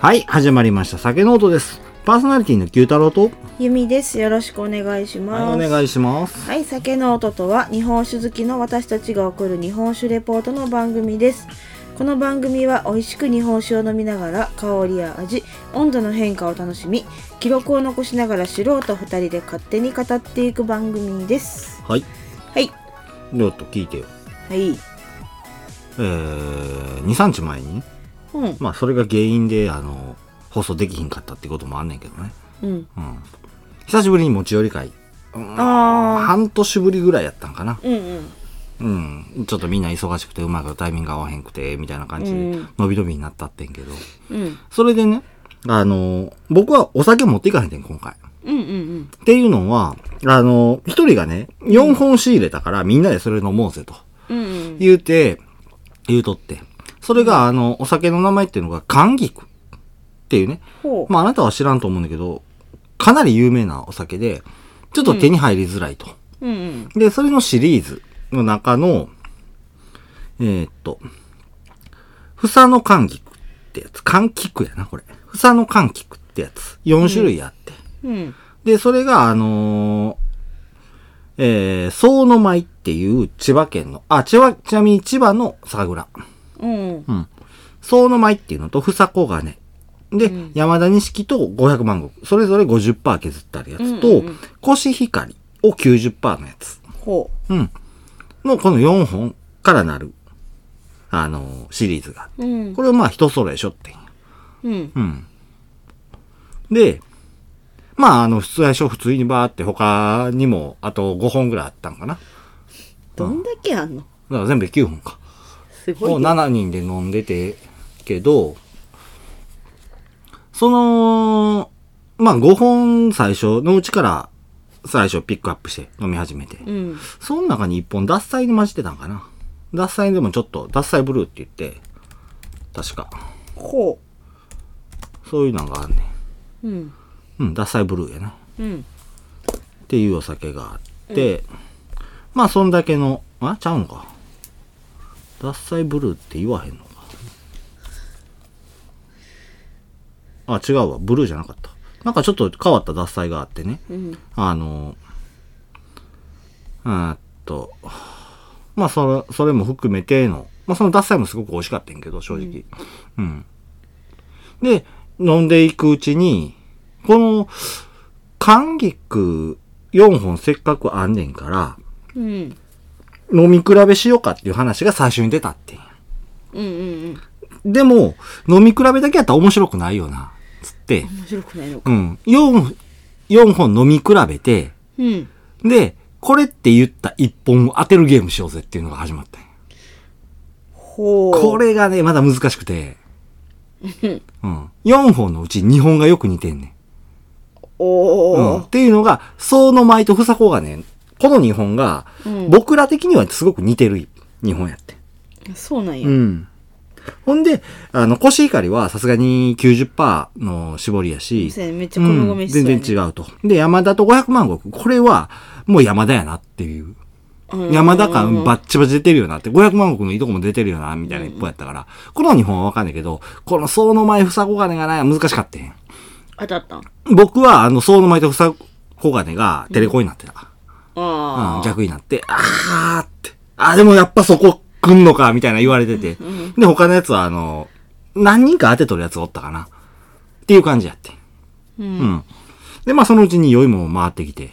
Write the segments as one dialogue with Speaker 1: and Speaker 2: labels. Speaker 1: はい、始まりました。酒ノートです。パーソナリティの九太郎と、
Speaker 2: ゆみです。よろしくお願いしま
Speaker 1: お
Speaker 2: す。
Speaker 1: 願いします。
Speaker 2: はい、酒の音とは日本酒好きの私たちが送る日本酒レポートの番組です。この番組は美味しく日本酒を飲みながら香りや味、温度の変化を楽しみ、記録を残しながら素人2人で勝手に語っていく番組です。
Speaker 1: はい、
Speaker 2: はい。
Speaker 1: ちょっと聞いてよ。
Speaker 2: はい。
Speaker 1: えー、2、3日前に、
Speaker 2: うん。
Speaker 1: まあ、それが原因で、あの、放送できひんかったってこともあんねんけどね。
Speaker 2: うん。
Speaker 1: うん。久しぶりに持ち寄り会。
Speaker 2: ああ。
Speaker 1: 半年ぶりぐらいやったんかな。
Speaker 2: うんうん。
Speaker 1: うん。ちょっとみんな忙しくて、うまくタイミング合わへんくて、みたいな感じで
Speaker 2: うん、
Speaker 1: 伸び伸びになったってんけど。
Speaker 2: うん。
Speaker 1: それでね、あの、僕はお酒持っていかへんねん、今回。
Speaker 2: うんうん
Speaker 1: っていうのは、あの、一人がね、4本仕入れたからみんなでそれ飲もうぜと
Speaker 2: うん。うんうん。
Speaker 1: 言うて、言うとって。それが、あの、お酒の名前っていうのが、寒菊っていうね。
Speaker 2: ほう。
Speaker 1: まあ、あなたは知らんと思うんだけど、かなり有名なお酒で、ちょっと手に入りづらいと。
Speaker 2: うんうん。
Speaker 1: で、それのシリーズの中の、えーっと、房の寒菊ってやつ。寒菊やな、これ。房の寒菊ってやつ。4種類あって。
Speaker 2: うん。
Speaker 1: で、それが、あのーえー、総の舞っていう千葉県の、あ、千葉、ちなみに千葉の酒蔵。
Speaker 2: うん。
Speaker 1: うん。総の舞っていうのと、房小金。で、山田錦と500万石。それぞれ50%削ったるやつと、
Speaker 2: うんうんうん
Speaker 1: コシヒカリを90%のやつ。
Speaker 2: ほ
Speaker 1: うん。の、この4本からなる、あのーシリーズがあって。
Speaker 2: う。うん。
Speaker 1: これをまあ、一揃えしょっていう。
Speaker 2: うん。
Speaker 1: うん。で、まあ、あの、普通最初普通にバーって他にも、あと5本ぐらいあったんかな。だ
Speaker 2: どんだけあんの
Speaker 1: から全部で9本か。
Speaker 2: すごい
Speaker 1: を
Speaker 2: よ。
Speaker 1: 7人で飲んでて、けど、その、まあ5本最初のうちから最初ピックアップして飲み始めて。
Speaker 2: うん。
Speaker 1: その中に1本脱菜で混じってたんかな。脱菜でもちょっと、脱菜ブルーって言って、確か。
Speaker 2: ほ
Speaker 1: そういうのがあんねん。
Speaker 2: う。うん。
Speaker 1: うん、脱菜ブルーやな、
Speaker 2: うん。
Speaker 1: っていうお酒があって、まあそんだけのあちゃうんか獺祭ブルーって言わへんのかあ違うわブルーじゃなかったなんかちょっと変わった獺祭があってね
Speaker 2: うん。
Speaker 1: あのあーっとまあそれそれも含めての、まあ、その獺祭もすごく美味しかったんやけど正直うん、で飲んでいくうちにこの寒菊4本せっかくあんねんから、
Speaker 2: うん。
Speaker 1: 飲み比べしようかっていう話が最初に出たってんや
Speaker 2: うんうん
Speaker 1: でも、飲み比べだけやったら面白くないよな、つって。
Speaker 2: 面白くないのか。
Speaker 1: うん。4、4本飲み比べて、
Speaker 2: うん。
Speaker 1: で、これって言った1本を当てるゲームしようぜっていうのが始まったんや
Speaker 2: ほう。
Speaker 1: こ。れがね、まだ難しく て。うん。4本のうち2本がよく似てんねん。うん
Speaker 2: お
Speaker 1: っ
Speaker 2: ー。
Speaker 1: ていうのが、総の舞と房子がね、この日本が、
Speaker 2: うん
Speaker 1: 僕ら的にはすごく似てる日本やって。
Speaker 2: そうなん
Speaker 1: う
Speaker 2: や。
Speaker 1: ん。ほんで、あの、コシヒカリはさすがに90%の絞りやし、
Speaker 2: そうやねめっちゃ米米しそう
Speaker 1: う
Speaker 2: や
Speaker 1: ん
Speaker 2: ね
Speaker 1: 全然違うと。で、山田と500万石、これはもう山田やなっていう。
Speaker 2: うん
Speaker 1: 山田感バッチバチ出てるよなって、500万石のいいとこも出てるよな、みたいな一方やったから、この日本はわかんないけど、この総の前房子金がね、難しかったんや
Speaker 2: 当たったん。
Speaker 1: 僕は、あの、総の前と房子金がテレコになってた。う
Speaker 2: あ
Speaker 1: ん、
Speaker 2: あ。
Speaker 1: 逆になって、あーって、あーでもやっぱそこ来んのか、みたいな言われてて。で、他のやつは、あの、何人か当てとるやつおったかな。っていう感じやって。
Speaker 2: うん
Speaker 1: うん。で、まあそのうちに酔いも回ってき て。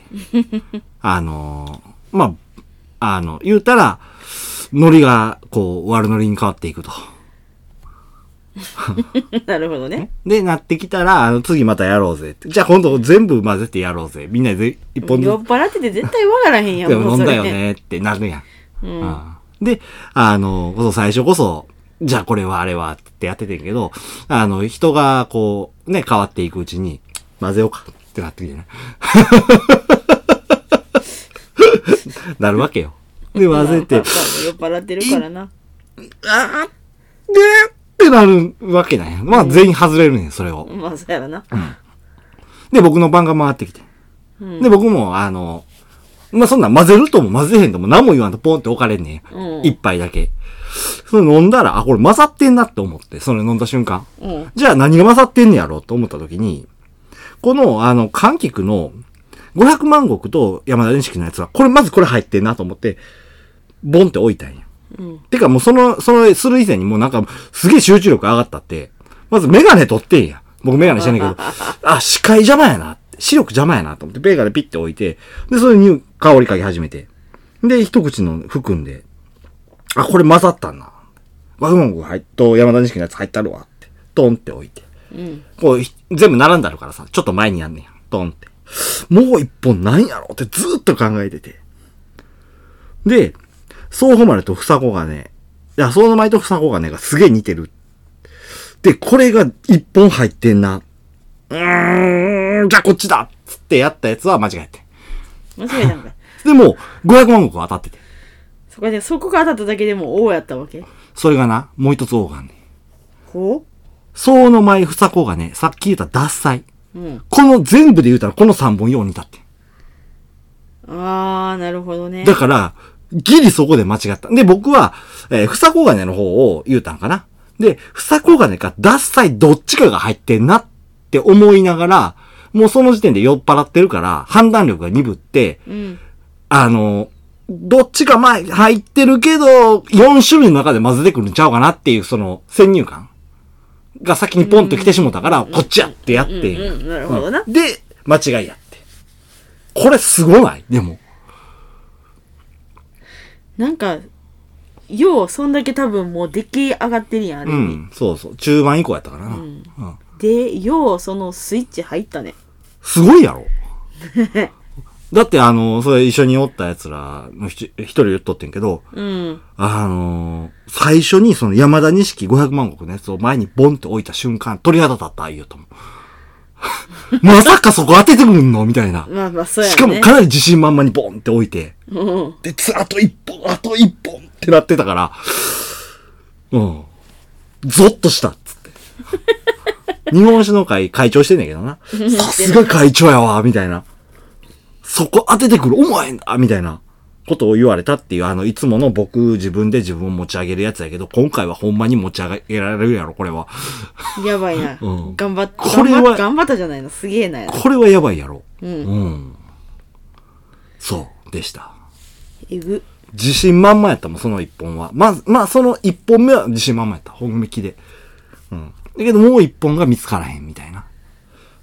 Speaker 1: あのーまあ、あの、言うたら、ノリが、こう、悪ノリに変わっていくと。
Speaker 2: なるほどね。
Speaker 1: で、なってきたら、あの、次またやろうぜって。じゃあ今度全部混ぜてやろうぜ。みんなで一
Speaker 2: 酔
Speaker 1: 本ずつ
Speaker 2: っ払ってて絶対わからへんやん。
Speaker 1: でも
Speaker 2: う
Speaker 1: 飲ん
Speaker 2: そ
Speaker 1: だ
Speaker 2: れ
Speaker 1: よ。ねってなるやん。
Speaker 2: うん。
Speaker 1: うんで、あの、こそ最初こそ、じゃあこれはあれはってやっててんけど、あの、人がこう、ね、変わっていくうちに、混ぜようかってなってきて ね。なるわけよ。で、混ぜて、
Speaker 2: ま
Speaker 1: あ
Speaker 2: あまあまあ酔っ払ってるからな。
Speaker 1: ーでってなるわけなんや。まあ全員外れるねん、それを。
Speaker 2: まあ、そうやろな。
Speaker 1: で、僕の番が回ってきて。
Speaker 2: うん
Speaker 1: で、僕も、あの、まあそんなん混ぜるとも混ぜへんとも何も言わんとポンって置かれんね
Speaker 2: うん
Speaker 1: ん。一、杯だけ。それ飲んだら、あ、これ混ざってんなって思って、それ飲んだ瞬間。
Speaker 2: うん。
Speaker 1: じゃあ何が混ざってんねやろうと思った時に、この、あの、韓菊の500万石と山田電式のやつは、これまずこれ入ってんなと思って、ボンって置いたんや。
Speaker 2: うん。
Speaker 1: てかもうその、その、する以前にもうなんか、すげえ集中力上がったって、まずメガネ取ってんや。僕メガネしてんねんけど、あ、視界邪魔やなって、視力邪魔やなと思って、メガネピッて置いて、で、それに香りかけ始めて。で、一口の含んで、あ、これ混ざったな。ワグモング入っと、山田錦のやつ入ったるわって、トンって置いて。
Speaker 2: うん。
Speaker 1: こう、ひ全部並んだるからさ、ちょっと前にやんねん。ドンって。もう一本なんやろってずーっと考えてて。で、双方までと房子がね、いや、その前と房子がね、がすげえ似てる。で、これが一本入ってんな。うーん、じゃあこっちだっつってやったやつは間違えて。
Speaker 2: 間違えたんかい。
Speaker 1: でも、500万石は当たってて。
Speaker 2: そこで、そこが当たっただけでも王やったわけ。
Speaker 1: それがな、もう一つ王がね。
Speaker 2: こ
Speaker 1: その前房子がね、さっき言った脱菜。
Speaker 2: ううん。
Speaker 1: この全部で言うたらこの3本用にだって。
Speaker 2: あー、なるほどね。
Speaker 1: だから、ギリそこで間違った。で、僕は、えー、ふさこがねの方を言うたんかな。で、ふさこがねか、ダッサイどっちかが入ってんなって思いながら、もうその時点で酔っ払ってるから、判断力が鈍って、
Speaker 2: うん。
Speaker 1: あの、どっちか前入ってるけど、4種類の中で混ぜてくるんちゃうかなっていう、その、先入観が先にポンと来てしもたから、こっちやってやってんや
Speaker 2: うんうんなるほどな
Speaker 1: うんで、間違いやって。これすごないでも。
Speaker 2: なんか、よう、そんだけ多分もう出来上がってるやん、ある
Speaker 1: う
Speaker 2: 意味。
Speaker 1: ん、そうそう。中盤以降やったからな。う
Speaker 2: ん
Speaker 1: ん
Speaker 2: で、よう、そのスイッチ入ったね。
Speaker 1: すごいやろ だってあの、それ一緒におった奴らのひ一人言っとってんけど、
Speaker 2: うん。
Speaker 1: あの最初にその山田錦500万石のやつを前にボンって置いた瞬間、鳥肌立った、言うとも。 まさかそこ当ててくんのみたいな。
Speaker 2: まあまあ、そうやね。
Speaker 1: しかもかなり自信満々にボンって置いて、
Speaker 2: うん。
Speaker 1: で、つあと一本、あと一本ってなってたから、うん。ゾッとしたっつって。 日本酒の会会長してんねんけどな。さすが会長やわ、みたいな。そこ当ててくる、お前だみたいなことを言われたっていう、あの、いつもの僕自分で自分を持ち上げるやつやけど、今回はほんまに持ち上げられるやろ、これは。
Speaker 2: やばいな。
Speaker 1: うん
Speaker 2: 頑張っ
Speaker 1: これは
Speaker 2: 頑張っ頑張ったじゃないの。すげえなや。
Speaker 1: これはやばいやろ。
Speaker 2: う。
Speaker 1: うんん。そう、でした。
Speaker 2: えぐ。
Speaker 1: 自信満々やったもん、その一本は。まず、まあ、その一本目は自信満々やった。本気で。うん。だけど、もう一本が見つからへんみたいな。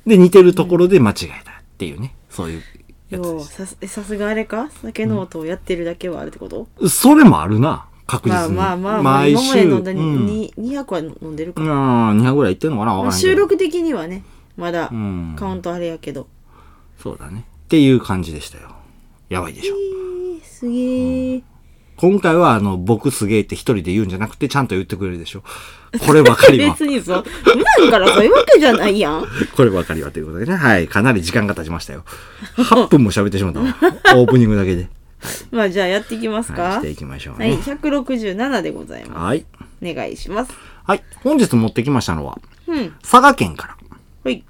Speaker 1: で、似てるところで間違えたっていうね。そういうやつ
Speaker 2: よ
Speaker 1: で
Speaker 2: う、さす、えさすがあれか酒の音をやってるだけはあるってこと、
Speaker 1: す。それもあるな。確実
Speaker 2: まあ
Speaker 1: に。
Speaker 2: まあまあ、まあ、
Speaker 1: 毎
Speaker 2: 今まで
Speaker 1: 週。
Speaker 2: 飲んだに、
Speaker 1: うん。うん、
Speaker 2: に200は飲んでるから。
Speaker 1: 200ぐらいいってんのかなわ
Speaker 2: ま
Speaker 1: か
Speaker 2: あ、
Speaker 1: らんけど。
Speaker 2: 収録的にはね、まだ
Speaker 1: ん
Speaker 2: カウントあれやけど。
Speaker 1: そうだね。っていう感じでしたよ。やばいでしょ。
Speaker 2: えー、すげえ。
Speaker 1: 今回は、あの、僕すげえって一人で言うんじゃなくて、ちゃんと言ってくれるでしょ。こればかりは。
Speaker 2: 別にそう、普段からそういうわけじゃないやん。
Speaker 1: こればかりはということでね。はい。かなり時間が経ちましたよ。8分も喋ってし まったわ。オープニングだけで。
Speaker 2: まあじゃあやっていきます
Speaker 1: はい。し
Speaker 2: か
Speaker 1: て。いきましょう
Speaker 2: はい、
Speaker 1: ね。
Speaker 2: 167でございま
Speaker 1: はい。
Speaker 2: す。お願いします。
Speaker 1: はい。本日持ってきましたのは、
Speaker 2: うん。
Speaker 1: 佐賀県から、
Speaker 2: はい。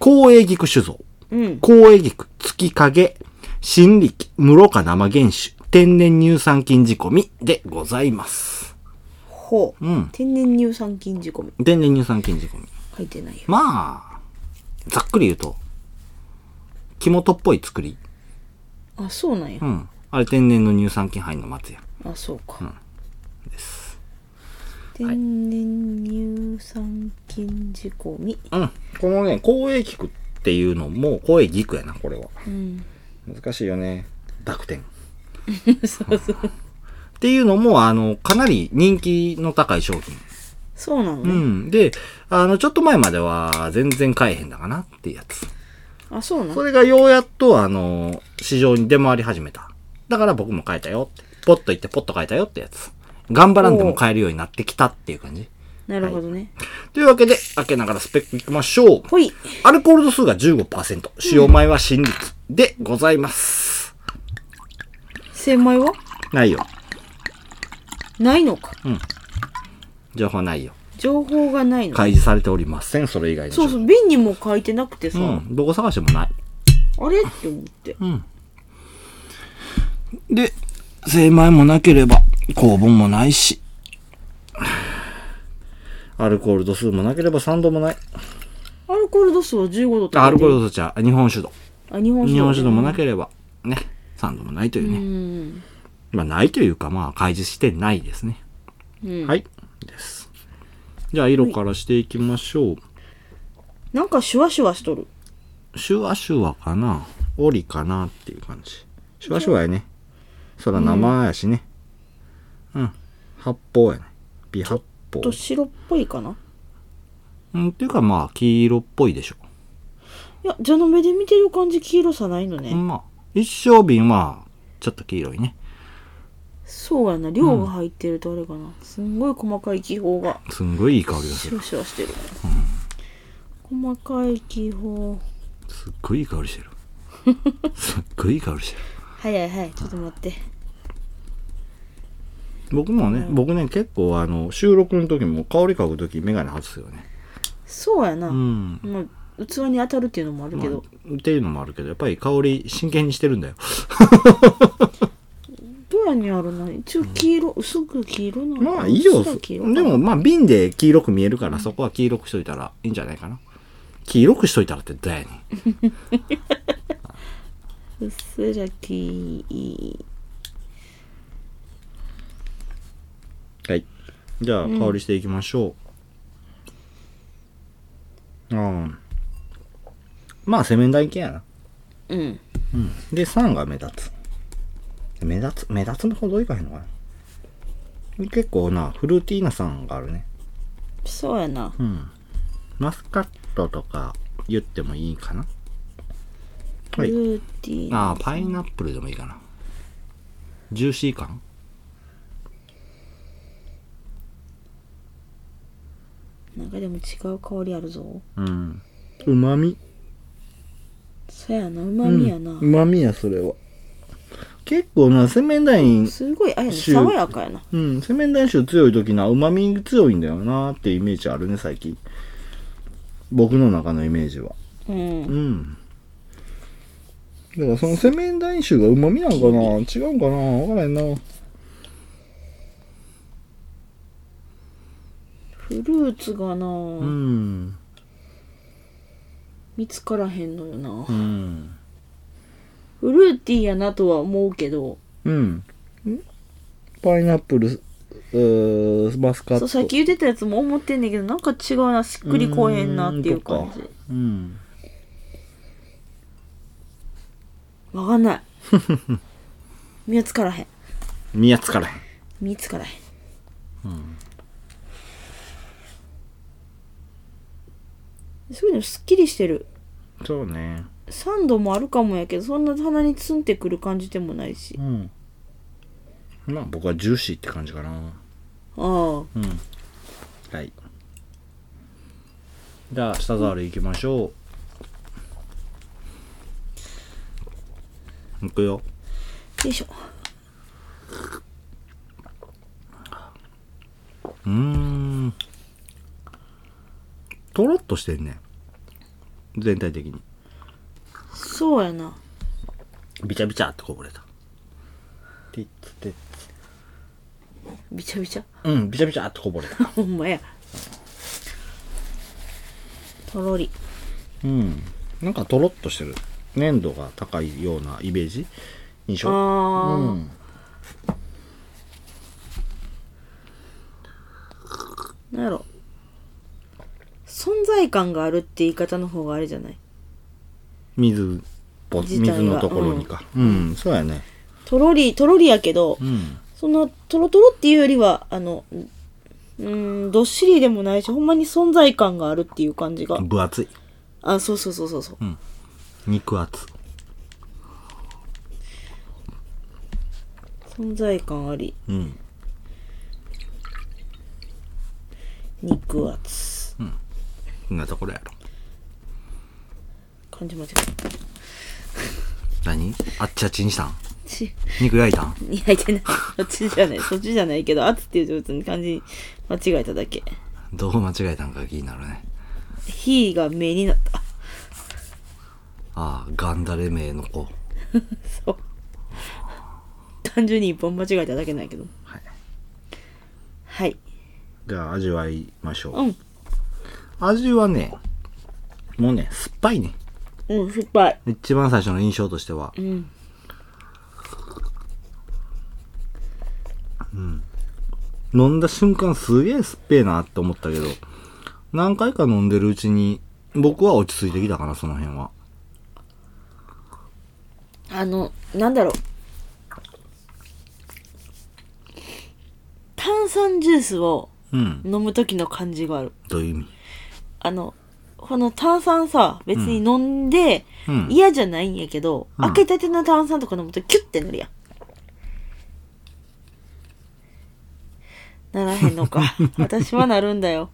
Speaker 1: 公営菊酒造、
Speaker 2: うん。
Speaker 1: 公営菊月影、新力、室賀生原酒、天然乳酸菌仕込みでございます。
Speaker 2: ほう。
Speaker 1: うん
Speaker 2: 天然乳酸菌仕込み。
Speaker 1: 天然乳酸菌仕込み。
Speaker 2: 書いてないよ。
Speaker 1: まあ、ざっくり言うと、肝とっぽい作り。
Speaker 2: あ、そうなんや
Speaker 1: う。ん。あれ天然の乳酸菌入んの松や。
Speaker 2: あ、そうか。天然乳酸菌仕込み。
Speaker 1: うん。このね、公営菊っていうのも、公営菊やな、これは。
Speaker 2: うん。
Speaker 1: 難しいよね。濁点。っ
Speaker 2: そうそう。
Speaker 1: ていうのも、あの、かなり人気の高い商品。
Speaker 2: そうなの
Speaker 1: う
Speaker 2: ね。
Speaker 1: ん。で、あの、ちょっと前までは全然買えへんだかなっていうやつ。
Speaker 2: あ、そうな
Speaker 1: そ
Speaker 2: の
Speaker 1: れがようやっと、あの、市場に出回り始めた。だから僕も買えたよって。ポッと行ってポッと買えたよってやつ。頑張らんでも買えるようになってきたっていう感じ。
Speaker 2: なるほどね。
Speaker 1: というわけで、開けながらスペックいきましょう。
Speaker 2: ほい。
Speaker 1: アルコール度数が15%、使用前は新力でございます。
Speaker 2: 千枚は
Speaker 1: ないよ。
Speaker 2: ないのか。
Speaker 1: 情報ないよ。
Speaker 2: 情報がないの。
Speaker 1: 開示されておりません、それ以外の情
Speaker 2: そ
Speaker 1: 報。
Speaker 2: うそう、瓶にも書いてなくてさ、
Speaker 1: うん、どこ探してもない。
Speaker 2: あれって思って。
Speaker 1: うん。で、精米もなければ、酵母もないし、アルコール度数もなければ酸度もない。
Speaker 2: アルコール度数は15度って
Speaker 1: あアルコール
Speaker 2: ル
Speaker 1: 度数じゃ、日本酒度。
Speaker 2: あ日本酒
Speaker 1: 日本酒度もな
Speaker 2: く
Speaker 1: ければ、ね、酸度もないという
Speaker 2: う
Speaker 1: ね。
Speaker 2: ん
Speaker 1: まあ、ないというか、まあ、開示してないですね。
Speaker 2: うん
Speaker 1: はい。です。じゃあ、色からしていきましょう。
Speaker 2: なんかシュワシュワしとる
Speaker 1: シュワシュワかな折りかなっていう感じ。シュワシュワやね。そら生やしね。うん。発泡やね。微発泡
Speaker 2: と。白っぽいかな
Speaker 1: うん、っていうかまあ、黄色っぽいでしょ。
Speaker 2: いや蛇の目で見てる感じ黄色さないのね、
Speaker 1: まあ、一升瓶は、ちょっと黄色いね。
Speaker 2: そうやな量が入ってるとあれかな、すんごい細かい気泡が
Speaker 1: すんごいいい香りがす
Speaker 2: シ
Speaker 1: る
Speaker 2: ュ。ワシュワしてる、細かい気泡
Speaker 1: すっごいいい香りしてる。すっごいいい香りしてる。
Speaker 2: はいはいはいちょっと待って
Speaker 1: 僕もね、僕ね、結構あの、収録の時も香り嗅ぐ時メガネ外すよね。
Speaker 2: そうやな、
Speaker 1: うん。
Speaker 2: まあ、器に当たるっていうのもあるけど、
Speaker 1: まあっていうのもあるけど、やっぱり香り真剣にしてるんだよ。
Speaker 2: どうやにあるな一応黄色、薄く黄色なのかな
Speaker 1: まあいいよ。
Speaker 2: 薄ら黄色かな
Speaker 1: でもまあ瓶で黄色く見えるからそこは黄色くしといたらいいんじゃないかな。黄色くしといたらってどうやねん。
Speaker 2: 薄ら黄色
Speaker 1: はい。じゃあ香りしていきましょう。うん。まあ洗面台系やな。
Speaker 2: うん
Speaker 1: で、酸が目立つ。目立つ目立つほどいかへんのかな。結構な、フルーティーな酸があるね。
Speaker 2: そうやな、
Speaker 1: マスカットとか言ってもいいかな。
Speaker 2: フルーティー
Speaker 1: ああ、パイナップルでもいいかな。ジューシー感
Speaker 2: なんかでも違う香りあるぞ
Speaker 1: うん。うまみ。
Speaker 2: そうやなうまみやな、
Speaker 1: うまみや、それは。結構な、洗面台に、
Speaker 2: すごいあれやな
Speaker 1: シュ
Speaker 2: 爽やかやな
Speaker 1: うん、洗面台臭強い時な、うまみ強いんだよなってイメージあるね、最近。僕の中のイメージは。
Speaker 2: うん
Speaker 1: うん。だからその洗面台臭がうまみなんかな違うんかなわからへんな。
Speaker 2: フルーツがな、
Speaker 1: うん。
Speaker 2: 見つからへんのよな
Speaker 1: うん。
Speaker 2: フルーティーやなとは思うけど
Speaker 1: うん。パイナップル、うーマスカット。
Speaker 2: そうさっき言ってたやつも思ってんねんけどなんか違うなしっくりこえんなっていう感じ
Speaker 1: うーんとかうん。
Speaker 2: わかん ない見つからへん
Speaker 1: 見つからへん。
Speaker 2: 見つからへんすごいでもすっきりしてる
Speaker 1: そうね。
Speaker 2: 酸度もあるかもやけどそんな鼻にツンってくる感じでもないし
Speaker 1: うん。まあ僕はジューシーって感じかな。
Speaker 2: ああ
Speaker 1: うん。はい。じゃあ、舌触りいきましょう。いくよ。
Speaker 2: よいしょ
Speaker 1: うーん。とろっとしてんね。全体的に。
Speaker 2: そうやな
Speaker 1: びちゃびちゃってこぼれた。てっつてっつ
Speaker 2: びちゃびちゃ
Speaker 1: うん、びちゃびちゃってこぼれた。
Speaker 2: ほんまやとろり
Speaker 1: うん。なんかとろっとしてる。粘度が高いようなイメージ印象。
Speaker 2: ああ、
Speaker 1: うん。
Speaker 2: なんやろ存在感があるって言い方の方があれじゃない
Speaker 1: 水ぽ、
Speaker 2: 自体が
Speaker 1: 水のところにか。うん、そうやね。
Speaker 2: とろりとろりやけど、
Speaker 1: うん。
Speaker 2: そんなとろとろっていうよりはあのうーんどっしりでもないしほんまに存在感があるっていう感じが
Speaker 1: 分厚い。
Speaker 2: あそうそうそうそうそう
Speaker 1: 肉厚。
Speaker 2: 存在感あり
Speaker 1: うん。
Speaker 2: 肉厚
Speaker 1: こんなところやろ。
Speaker 2: 感じ間違え
Speaker 1: 何あっちあっちにしたん
Speaker 2: たち
Speaker 1: 肉焼いたん
Speaker 2: 焼いてないそっちじゃないそっちじゃないけど厚っていうと別に感じ間違えただけ
Speaker 1: どう間違えたんか気になるね。
Speaker 2: 火が目になった
Speaker 1: ああ、ガンダレ名の子。
Speaker 2: そう。単純に一本間違えただけないけど
Speaker 1: はい
Speaker 2: はい
Speaker 1: じゃあ味わいましょう、
Speaker 2: うん
Speaker 1: 味はねもうね酸っぱいね
Speaker 2: うん酸っぱい
Speaker 1: 一番最初の印象としては
Speaker 2: うん
Speaker 1: 飲んだ瞬間すげえ酸っぱいなって思ったけど何回か飲んでるうちに僕は落ち着いてきたかなその辺は
Speaker 2: あのなんだろう炭酸ジュースを
Speaker 1: うん
Speaker 2: 飲む時の感じがある
Speaker 1: どういう意味
Speaker 2: あのこの炭酸さ別に飲んで
Speaker 1: うん
Speaker 2: 嫌、じゃないんやけど、
Speaker 1: うん
Speaker 2: 開けたての炭酸とか飲むとキュッてなるやんならへんの か私はなるんだよ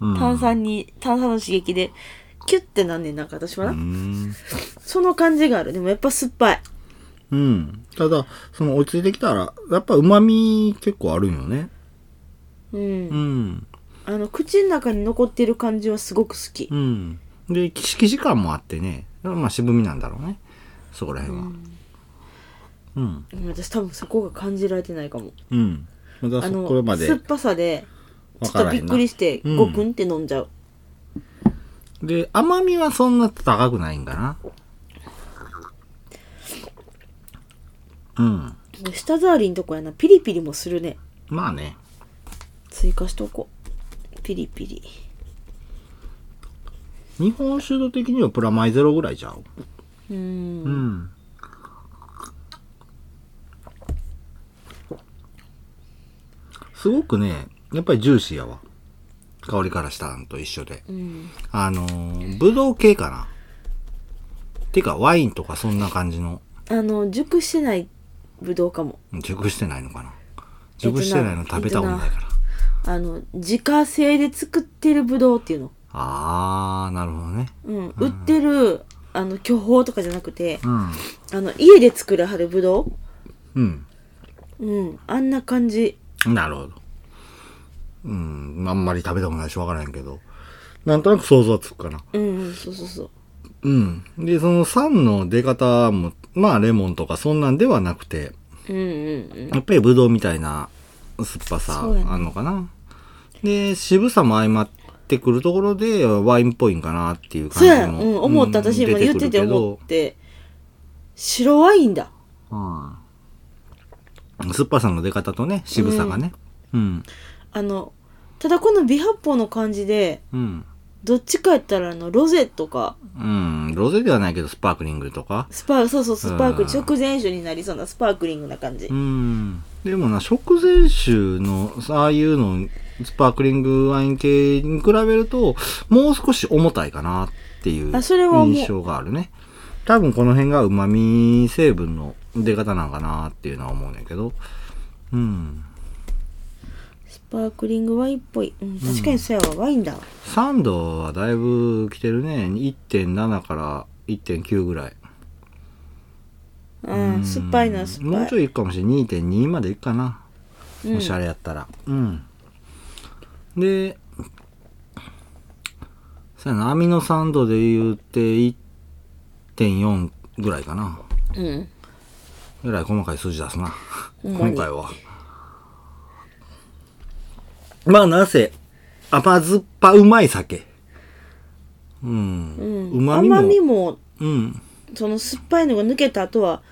Speaker 1: うん
Speaker 2: 炭酸に炭酸の刺激でキュッてなんねんなんか私はな、
Speaker 1: うん
Speaker 2: その感じがあるでもやっぱ酸っぱい
Speaker 1: うんただその落ち着いてきたらやっぱ旨味結構あるんよね
Speaker 2: うん
Speaker 1: うん
Speaker 2: あの口の中に残ってる感じはすごく好き、
Speaker 1: うんでキシキシ感もあってねまあ渋みなんだろうねそこら辺はうん
Speaker 2: 私多分そこが感じられてないかも
Speaker 1: うん、まだ
Speaker 2: あ
Speaker 1: そ
Speaker 2: の
Speaker 1: こまで
Speaker 2: 酸っぱさでち
Speaker 1: 分
Speaker 2: ょっ
Speaker 1: か
Speaker 2: と
Speaker 1: らへ
Speaker 2: びっ
Speaker 1: んな
Speaker 2: くりして
Speaker 1: うん
Speaker 2: ゴクンって飲んじゃう、
Speaker 1: で甘みはそんな高くないんかなうん
Speaker 2: 舌触りんとこやなピリピリもするね
Speaker 1: まあね
Speaker 2: 追加しとこうピリピリ
Speaker 1: 日本酒度的にはプラマイゼロぐらいちゃう
Speaker 2: うーん
Speaker 1: うんすごくねやっぱりジューシーやわ香りからしたんと一緒で
Speaker 2: うん
Speaker 1: あのー、ぶどう系かなてかワインとかそんな感じの
Speaker 2: あの熟してないぶどうかも
Speaker 1: 熟してないのかな熟してないの食べたことないから
Speaker 2: あの自家製で作ってるぶどうっていうの、
Speaker 1: あーなるほどね
Speaker 2: うん、売ってるあの巨峰とかじゃなくて
Speaker 1: うん
Speaker 2: あの家で作らはるぶど
Speaker 1: うん
Speaker 2: ううんあんな感じ
Speaker 1: なるほど。うん、あんまり食べたことないしわからへんけど。なんとなく想像はつくかな。
Speaker 2: うんうんそうそうそう
Speaker 1: うん。で、その酸の出方も、まあレモンとかそんなんではなくて、
Speaker 2: うんうん
Speaker 1: やっぱりブドウみたいな酸っぱさ
Speaker 2: そうやね
Speaker 1: あんのかな。で、渋さも相まってくるところでワインっぽいんかなっていう感
Speaker 2: そう
Speaker 1: じ
Speaker 2: や、う
Speaker 1: も。
Speaker 2: ん、思った私今
Speaker 1: 出
Speaker 2: 言っ
Speaker 1: く
Speaker 2: て
Speaker 1: る
Speaker 2: て
Speaker 1: け
Speaker 2: 思
Speaker 1: ど
Speaker 2: って白ワインだ
Speaker 1: うん。酸っぱさの出方とね、渋さがね。うん。
Speaker 2: あのただこの微発泡の感じで
Speaker 1: うん。
Speaker 2: どっちかやったらあのロゼとか
Speaker 1: うん。ロゼではないけど、スパークリングとか。
Speaker 2: スパーそうそうスパークリング
Speaker 1: うん
Speaker 2: 食前酒になりそうなスパークリングな感じ
Speaker 1: うん。でもな、食前酒の、ああいうの、スパークリングワイン系に比べると、もう少し重たいかなっていう
Speaker 2: あそれは思う
Speaker 1: 印象があるね。多分この辺が旨味成分の出方なんかなっていうのは思うねんだけど。うん。
Speaker 2: スパークリングワインっぽい、うん、確かにそうやわ、ワインだわ
Speaker 1: 3度はだいぶ来てるね。1.7から1.9ぐらい。
Speaker 2: うん酸っぱいのは酸っぱい
Speaker 1: もうちょいいくかもしれない。2.2までいくかな。おしゃれやったら。うん。で、そうやな、アミノ酸度で言うて1.4ぐらいかな。
Speaker 2: うん、うん
Speaker 1: ぐらい細かい数字出すな。
Speaker 2: ほんまに
Speaker 1: 今回は。まあ、なぜ、甘酸っぱうまい酒。うん。うま、みも。
Speaker 2: 甘みも
Speaker 1: うん。
Speaker 2: その酸っぱいのが抜けた後は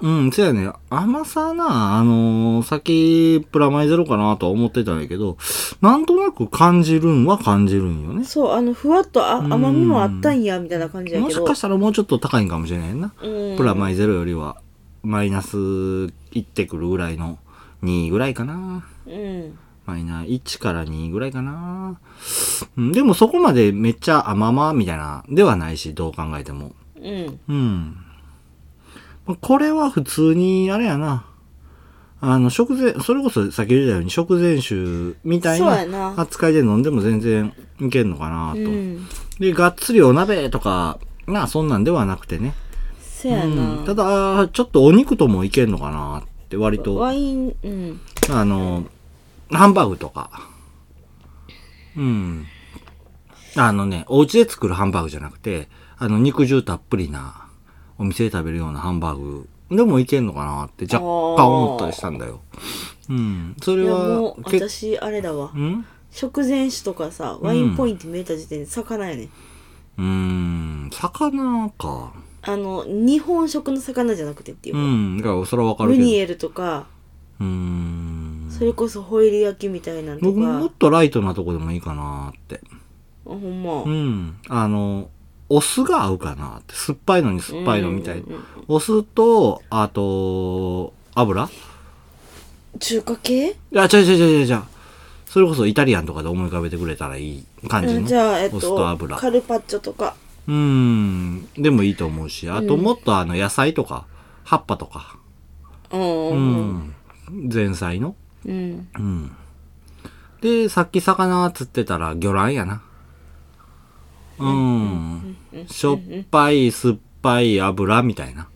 Speaker 1: うん、そうやね。甘さな、あのー、先、プラマイゼロかなとは思ってたんやけど、なんとなく感じるんは感じるんよね。
Speaker 2: そうあのふわっとあ
Speaker 1: ん
Speaker 2: 甘みもあったんやみたいな感じや
Speaker 1: も
Speaker 2: け
Speaker 1: し
Speaker 2: ど
Speaker 1: かしたらもうちょっと高いんかもしれないな。
Speaker 2: うん
Speaker 1: プラマイゼロよりは、マイナスいってくるぐらいの2ぐらいかな。
Speaker 2: うん
Speaker 1: マイナー1から2ぐらいかな。うん、でもそこまでめっちゃ甘々みたいな、ではないし、どう考えても。
Speaker 2: うん
Speaker 1: うん。まあこれは普通に、あれやな。あの、食前、それこそ先言ったように食前酒みたい
Speaker 2: そうやな
Speaker 1: な扱いで飲んでも全然いけんのかなと。
Speaker 2: うん
Speaker 1: で、がっつりお鍋とか、なあ、そんなんではなくてね。
Speaker 2: そうやな、
Speaker 1: うんただ、ちょっとお肉ともいけんのかなって、割と
Speaker 2: ワ、インうん
Speaker 1: あの、ハンバーグとか。うん。あのね、お家で作るハンバーグじゃなくて、あの、肉汁たっぷりな、お店で食べるようなハンバーグでもいけんのかなって若干思ったりしたんだよ。うん。そ
Speaker 2: い
Speaker 1: れ
Speaker 2: や
Speaker 1: は
Speaker 2: もう、
Speaker 1: 結
Speaker 2: 私あれだわ
Speaker 1: うん
Speaker 2: 食前酒とかさワインポイント見えた時点で魚やね、
Speaker 1: うーん、魚か。
Speaker 2: あの日本食の魚じゃなくてっていう
Speaker 1: う
Speaker 2: か、
Speaker 1: ん、だからそれはわかる
Speaker 2: ム
Speaker 1: けど。
Speaker 2: ニ
Speaker 1: う
Speaker 2: エルとか
Speaker 1: ーん。
Speaker 2: それこそホイル焼きみたいなんと
Speaker 1: 僕もっ
Speaker 2: か
Speaker 1: とライトなとこでもいいかなって。
Speaker 2: ほんま、
Speaker 1: うん。あの、お酢が合うかなって。酸っぱいのに酸っぱいのみたい
Speaker 2: うんうんうん。
Speaker 1: お酢と、あと、油
Speaker 2: 中華系、
Speaker 1: いや、違う違う違う違う。それこそイタリアンとかで思い浮かべてくれたらいい感じ
Speaker 2: うん
Speaker 1: の。
Speaker 2: じゃあえっ
Speaker 1: お酢と
Speaker 2: と
Speaker 1: 油。
Speaker 2: カルパッチョとか
Speaker 1: うん。でもいいと思うし、あともっとあの野菜とか、葉っぱとか。
Speaker 2: うんう
Speaker 1: うんん。前菜の。
Speaker 2: うん
Speaker 1: うん。で、さっき魚釣ってたら魚卵やな。うん。しょっぱい、酸っぱい油みたいな。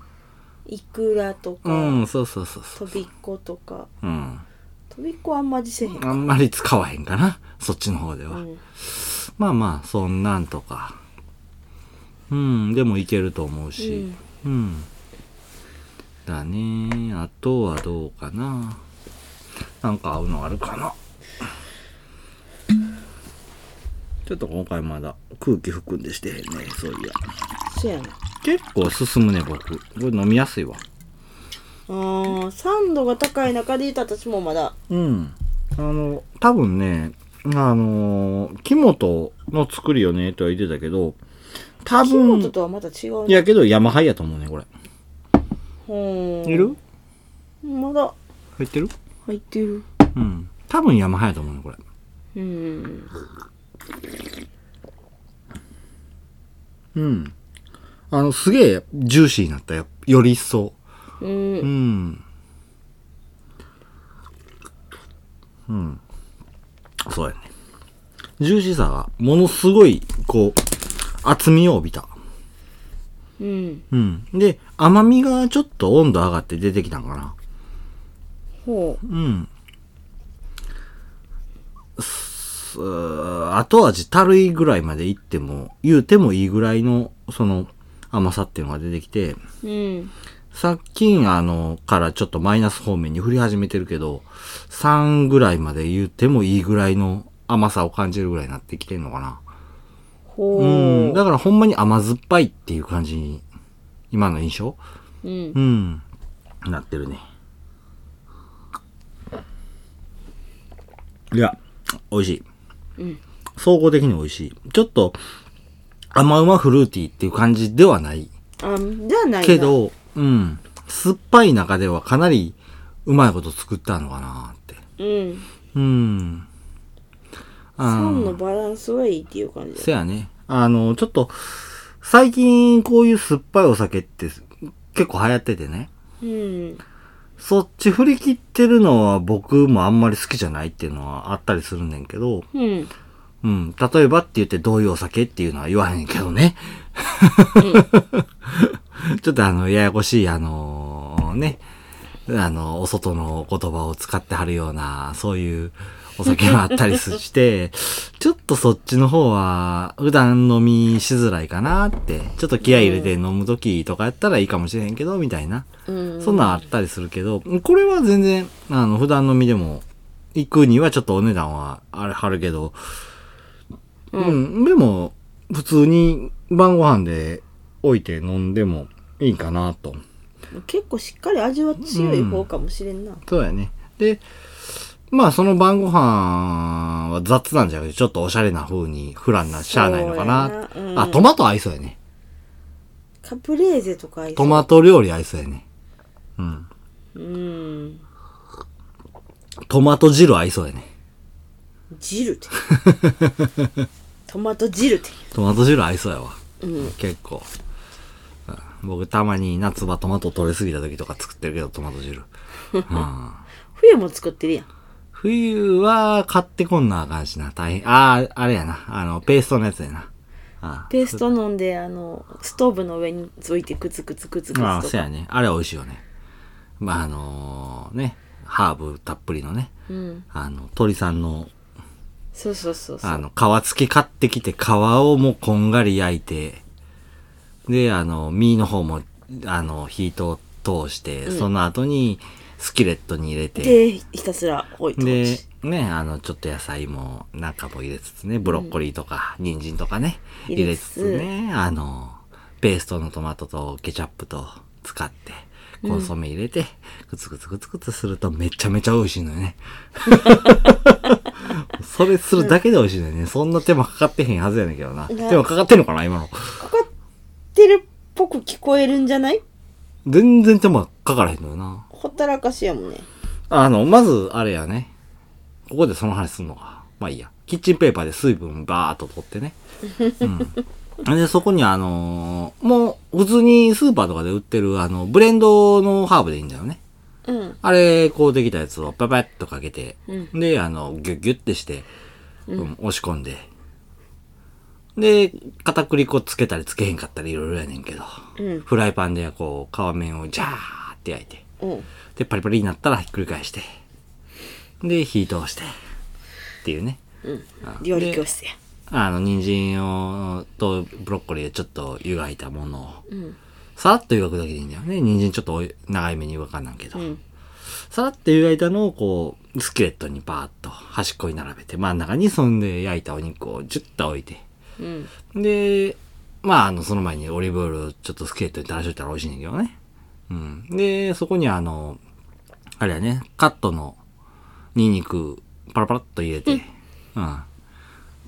Speaker 2: イクラとか、
Speaker 1: うん、そうそうそうそ
Speaker 2: とびっことか
Speaker 1: う。うん。
Speaker 2: とびっこあんまりせへん、
Speaker 1: あんまり使わへんかな。そっちの方では。
Speaker 2: うん
Speaker 1: まあまあ、そんなんとか。うん、でもいけると思うし。うん。だね。あとはどうかな。なんか合うのあるかな。ちょっと今回まだ空気含んでしてへんね。そういや。
Speaker 2: そうやな
Speaker 1: 結構進むね、僕。これ飲みやすいわ。
Speaker 2: あ酸度が高い中で言うと私もまだ
Speaker 1: うん。あの、多分ね、あのー、木本の作りよねとは言ってたけど、多
Speaker 2: 木本
Speaker 1: 分、
Speaker 2: とはまた違うね
Speaker 1: やけどヤマハイやと思うね、これ。
Speaker 2: ほー
Speaker 1: いる
Speaker 2: まだ
Speaker 1: 入ってる
Speaker 2: 入ってる
Speaker 1: うん。多分ヤマハやと思うね、これ。
Speaker 2: うん
Speaker 1: うん。あの、すげえジューシーになったよ。より一層。
Speaker 2: う
Speaker 1: うんん。うん。そうやね。ジューシーさが、ものすごい、こう、厚みを帯びた。
Speaker 2: うん
Speaker 1: うん。で、甘みがちょっと温度上がって出てきたんかな。
Speaker 2: ほう
Speaker 1: うん。す後味たるいぐらいまでいっても、言うてもいいぐらいの、その、甘さっていうのが出てきて、
Speaker 2: うん
Speaker 1: さっき、あの、からちょっとマイナス方面に振り始めてるけど、3ぐらいまで言ってもいいぐらいの甘さを感じるぐらいになってきてんのかな。
Speaker 2: ほう
Speaker 1: うん。だからほんまに甘酸っぱいっていう感じに、今の印象
Speaker 2: うん
Speaker 1: うん。なってるね。いや、美味しい。
Speaker 2: うん
Speaker 1: 総合的に美味しい。ちょっと、甘うまフルーティーっていう感じではない。
Speaker 2: あじゃあないな
Speaker 1: けど、うん。酸っぱい中ではかなりうまいこと作ったのかなって。
Speaker 2: う
Speaker 1: う
Speaker 2: ん
Speaker 1: ん。あ
Speaker 2: 酸のバランスはいいっていう感じだ
Speaker 1: せやね。あの、ちょっと、最近こういう酸っぱいお酒って結構流行っててね。
Speaker 2: うん
Speaker 1: そっち振り切ってるのは僕もあんまり好きじゃないっていうのはあったりするねんけど、
Speaker 2: うん
Speaker 1: うん、例えばって言ってどういうお酒っていうのは言わへんけどね。 ちょっとあの、ややこしい、あのね、あの、お外の言葉を使ってはるような、そういうお酒があったりすして、ちょっとそっちの方は、普段飲みしづらいかなって、ちょっと気合い入れて飲むときとかやったらいいかもしれへんけど、みたいな。
Speaker 2: うん
Speaker 1: そんなんあったりするけど、これは全然、あの、普段飲みでも、行くにはちょっとお値段は、あれ、張るけど、うん、でも、普通に晩ご飯で置いて飲んでもいいかなと。
Speaker 2: 結構しっかり味は強い方かもしれんな
Speaker 1: そうやね。で、まあその晩ご飯は雑なんじゃなくて、ちょっとおしゃれな風に、フランなしゃあないのかな。
Speaker 2: そうやなうん
Speaker 1: あ、トマト合いそうやね。
Speaker 2: カプレーゼとか合いそ
Speaker 1: ト
Speaker 2: う
Speaker 1: マト料理合いそうやね。うん。
Speaker 2: うん
Speaker 1: トマト汁合いそうやね。
Speaker 2: 汁って トマト汁って
Speaker 1: トマト汁合いそうやわ。
Speaker 2: うん
Speaker 1: 結構、うん僕たまに夏場トマト取れすぎた時とか作ってるけどトマト汁、うん、
Speaker 2: 冬も作ってるやん
Speaker 1: 冬は買ってこんなあかんしな大変あああれやなあのペーストのやつやなあ
Speaker 2: ペースト飲んであのストーブの上についてくつくつくつくつ
Speaker 1: ああ
Speaker 2: と
Speaker 1: そう
Speaker 2: か
Speaker 1: やねあれは美味しいよねまああのねハーブたっぷりのね
Speaker 2: うん
Speaker 1: あの鳥さんの
Speaker 2: そうそうそうそ
Speaker 1: あ
Speaker 2: う
Speaker 1: の皮付き買ってきて皮をもうこんがり焼いてであの身の方もあの火通っ通して、
Speaker 2: うん
Speaker 1: その後にスキレットに入れて、
Speaker 2: で、ひたすら置いてほ
Speaker 1: で
Speaker 2: し、
Speaker 1: ね、あの、ちょっと野菜も、なんかも入れつつね、ブロッコリーとか、人参とかね、
Speaker 2: 入
Speaker 1: 入
Speaker 2: れ
Speaker 1: れ
Speaker 2: つ
Speaker 1: つ
Speaker 2: つ
Speaker 1: つね、あの、ペーストのトマトとケチャップと使って、コンソメ入れて、くつくつくつくつするとめちゃめちゃ美味しいのよ ね。それするだけで美味しいのよね。そんな手間かかってへんはずやねんけどな。手
Speaker 2: ね
Speaker 1: 間かかってんのかな、今の。
Speaker 2: かかってるっぽく聞こえるんじゃない
Speaker 1: 全然手間かからへんのよな。
Speaker 2: ほったらかしやもんね。
Speaker 1: あの、まず、あれやね。ここでその話すんのか。まあいいや。キッチンペーパーで水分バーっと取ってね。うん。で、そこにあのーもう、普通にスーパーとかで売ってる、あの、ブレンドのハーブでいいんだよね。
Speaker 2: うん。
Speaker 1: あれ、こうできたやつをパパッとかけて、
Speaker 2: う
Speaker 1: で、あの、ギュッギュッてして、うん、押し込んで。で、片栗粉つけたりつけへんかったりいろいろやねんけど、
Speaker 2: うん
Speaker 1: フライパンでこう、皮面をジャーって焼いて。
Speaker 2: うん。
Speaker 1: で、パリパリになったらひっくり返して。で、火通して。っていうね。
Speaker 2: 料理教室や。
Speaker 1: あの、人参を、と、ブロッコリーでちょっと湯がいたものを、
Speaker 2: ん
Speaker 1: さらっと湯がくだけでいいんだよね。人参ちょっとお湯長い目に湯がかんなんけど。
Speaker 2: ん
Speaker 1: さらっと湯がいたのをこう、スキレットにパーッと端っこに並べて、真ん中にそんで焼いたお肉をジュッと置いて。
Speaker 2: うん。
Speaker 1: で、まあ、あの、その前にオリーブオイルをちょっとスケートに垂らしといたら美味しいんだけどね。うん。で、そこにあの、あれやね、カットのニンニク、パラパラっと入れて、うん。
Speaker 2: あ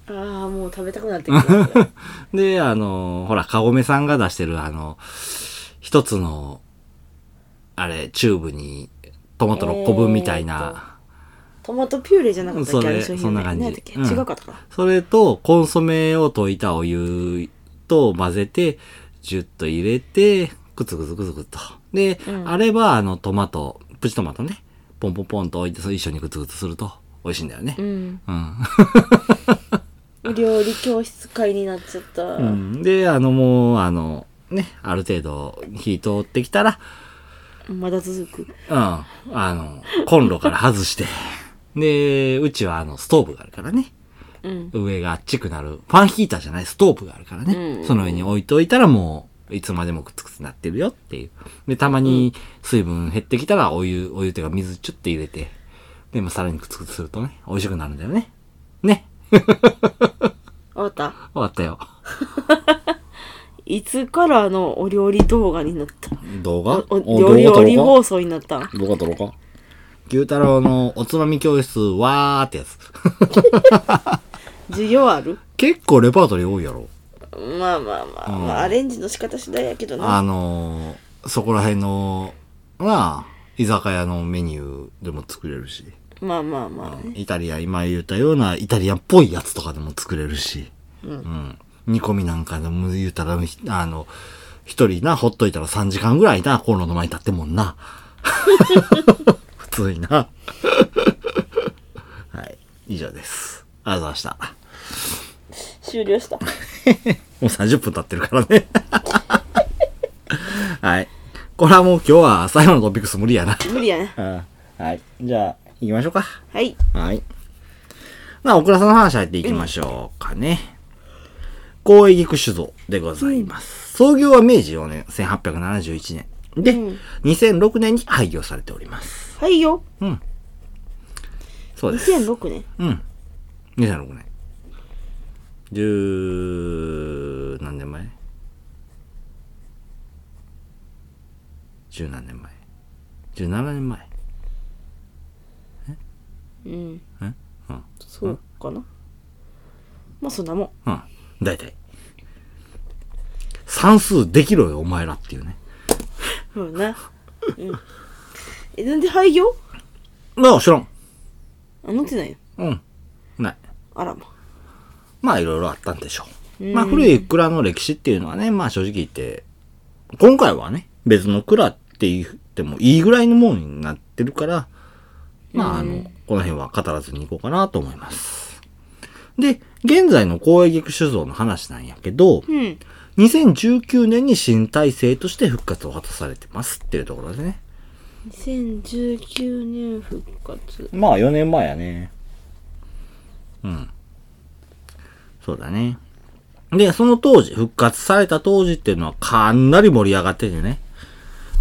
Speaker 2: あ、もう食べたくなってき た。
Speaker 1: で、あの、ほら、カゴメさんが出してるあの、一つの、あれ、チューブに、トマト6個分みたいな、
Speaker 2: トマトピューレじゃなかったっ
Speaker 1: そ
Speaker 2: けあ
Speaker 1: れ
Speaker 2: れ商
Speaker 1: そ
Speaker 2: 品
Speaker 1: ん
Speaker 2: 名
Speaker 1: な感じ
Speaker 2: 何やったっけ
Speaker 1: うん
Speaker 2: 違うかったかな。
Speaker 1: それと、コンソメを溶いたお湯と混ぜて、ジュッと入れて、くつくつくつくつと。で、
Speaker 2: うん
Speaker 1: あれば、あの、トマト、プチトマトね、ポンポンポンと置いて、それ一緒にくつくつすると美味しいんだよね
Speaker 2: う。ん。
Speaker 1: うん。
Speaker 2: 料理教室会になっちゃった。
Speaker 1: うん、で、あの、もう、あの、ね、ある程度火通ってきたら、
Speaker 2: まだ続く。
Speaker 1: うん、あの、コンロから外して、で、うちはあの、ストーブがあるからね。
Speaker 2: うん。
Speaker 1: 上があっちくなる、ファンヒーターじゃないストーブがあるからね。
Speaker 2: うん
Speaker 1: その上に置いといたらもう、いつまでもくつくつなってるよっていう。で、たまに水分減ってきたらお湯、お湯というか水ちょっと入れて、で、まあ、さらにくつくつするとね、美味しくなるんだよね。ね。
Speaker 2: 終わった。
Speaker 1: 終わったよ。
Speaker 2: いつからあのお料理動画になった
Speaker 1: 動画
Speaker 2: おお料理
Speaker 1: 動画撮
Speaker 2: 料理
Speaker 1: ろう
Speaker 2: 放送になったん
Speaker 1: か動画撮ろうか牛太郎のおつまみ教室、わーってやつ。
Speaker 2: 授業ある
Speaker 1: 結構レパートリー多いやろ。
Speaker 2: まあまあまあ、まあ、アレンジの仕方次第やけど
Speaker 1: あ
Speaker 2: な。
Speaker 1: のー、そこら辺の、まあ、居酒屋のメニューでも作れるし、
Speaker 2: まあまあまあね。
Speaker 1: イタリアン、今言ったようなイタリアンっぽいやつとかでも作れるし、
Speaker 2: うん
Speaker 1: ん煮込みなんかでも言うたら、ひあの、一人な、ほっといたら3時間ぐらいな、コンロの前に立ってんもんな。 普通にな。はい。以上です。ありがとうございました。
Speaker 2: 終了した。
Speaker 1: もう30分経ってるからね。 はい。これはもう今日は最後のトピックス無理やな。
Speaker 2: 無理やね。
Speaker 1: はい。じゃあ、行きましょうか。
Speaker 2: はい。
Speaker 1: はい。なあ、オクラさんの話入っていきましょうかね。公益酒造でございます。創業は明治4年、1871年。で、
Speaker 2: うん
Speaker 1: 2006年に廃業されております。
Speaker 2: はいよ。
Speaker 1: うん。そうです。
Speaker 2: 2006年。
Speaker 1: うん。2006年。十、何年前十何年前十七年前
Speaker 2: うん。
Speaker 1: えうん。
Speaker 2: そうかな。まあそんなもん。
Speaker 1: うん。大体。算数できろよ、お前らっていうね。
Speaker 2: そうな。うん。え、なんで廃業
Speaker 1: なあ、知らん。
Speaker 2: あ、乗ってないよ。
Speaker 1: うん。ない。
Speaker 2: あらま。
Speaker 1: まあ、いろいろあったんでしょう。
Speaker 2: うん
Speaker 1: まあ、古い蔵の歴史っていうのはね、まあ、正直言って、今回はね、別の蔵って言ってもいいぐらいのものになってるから、まあ、あ
Speaker 2: う
Speaker 1: の
Speaker 2: ん、
Speaker 1: この辺は語らずに行こうかなと思います。で、現在の公益酒造の話なんやけど、
Speaker 2: うん。
Speaker 1: 2019年に新体制として復活を果たされてますっていうところですね。
Speaker 2: 2019年復活。
Speaker 1: まあ4年前やね。うん。そうだね。で、その当時、復活された当時っていうのはかなり盛り上がっててね。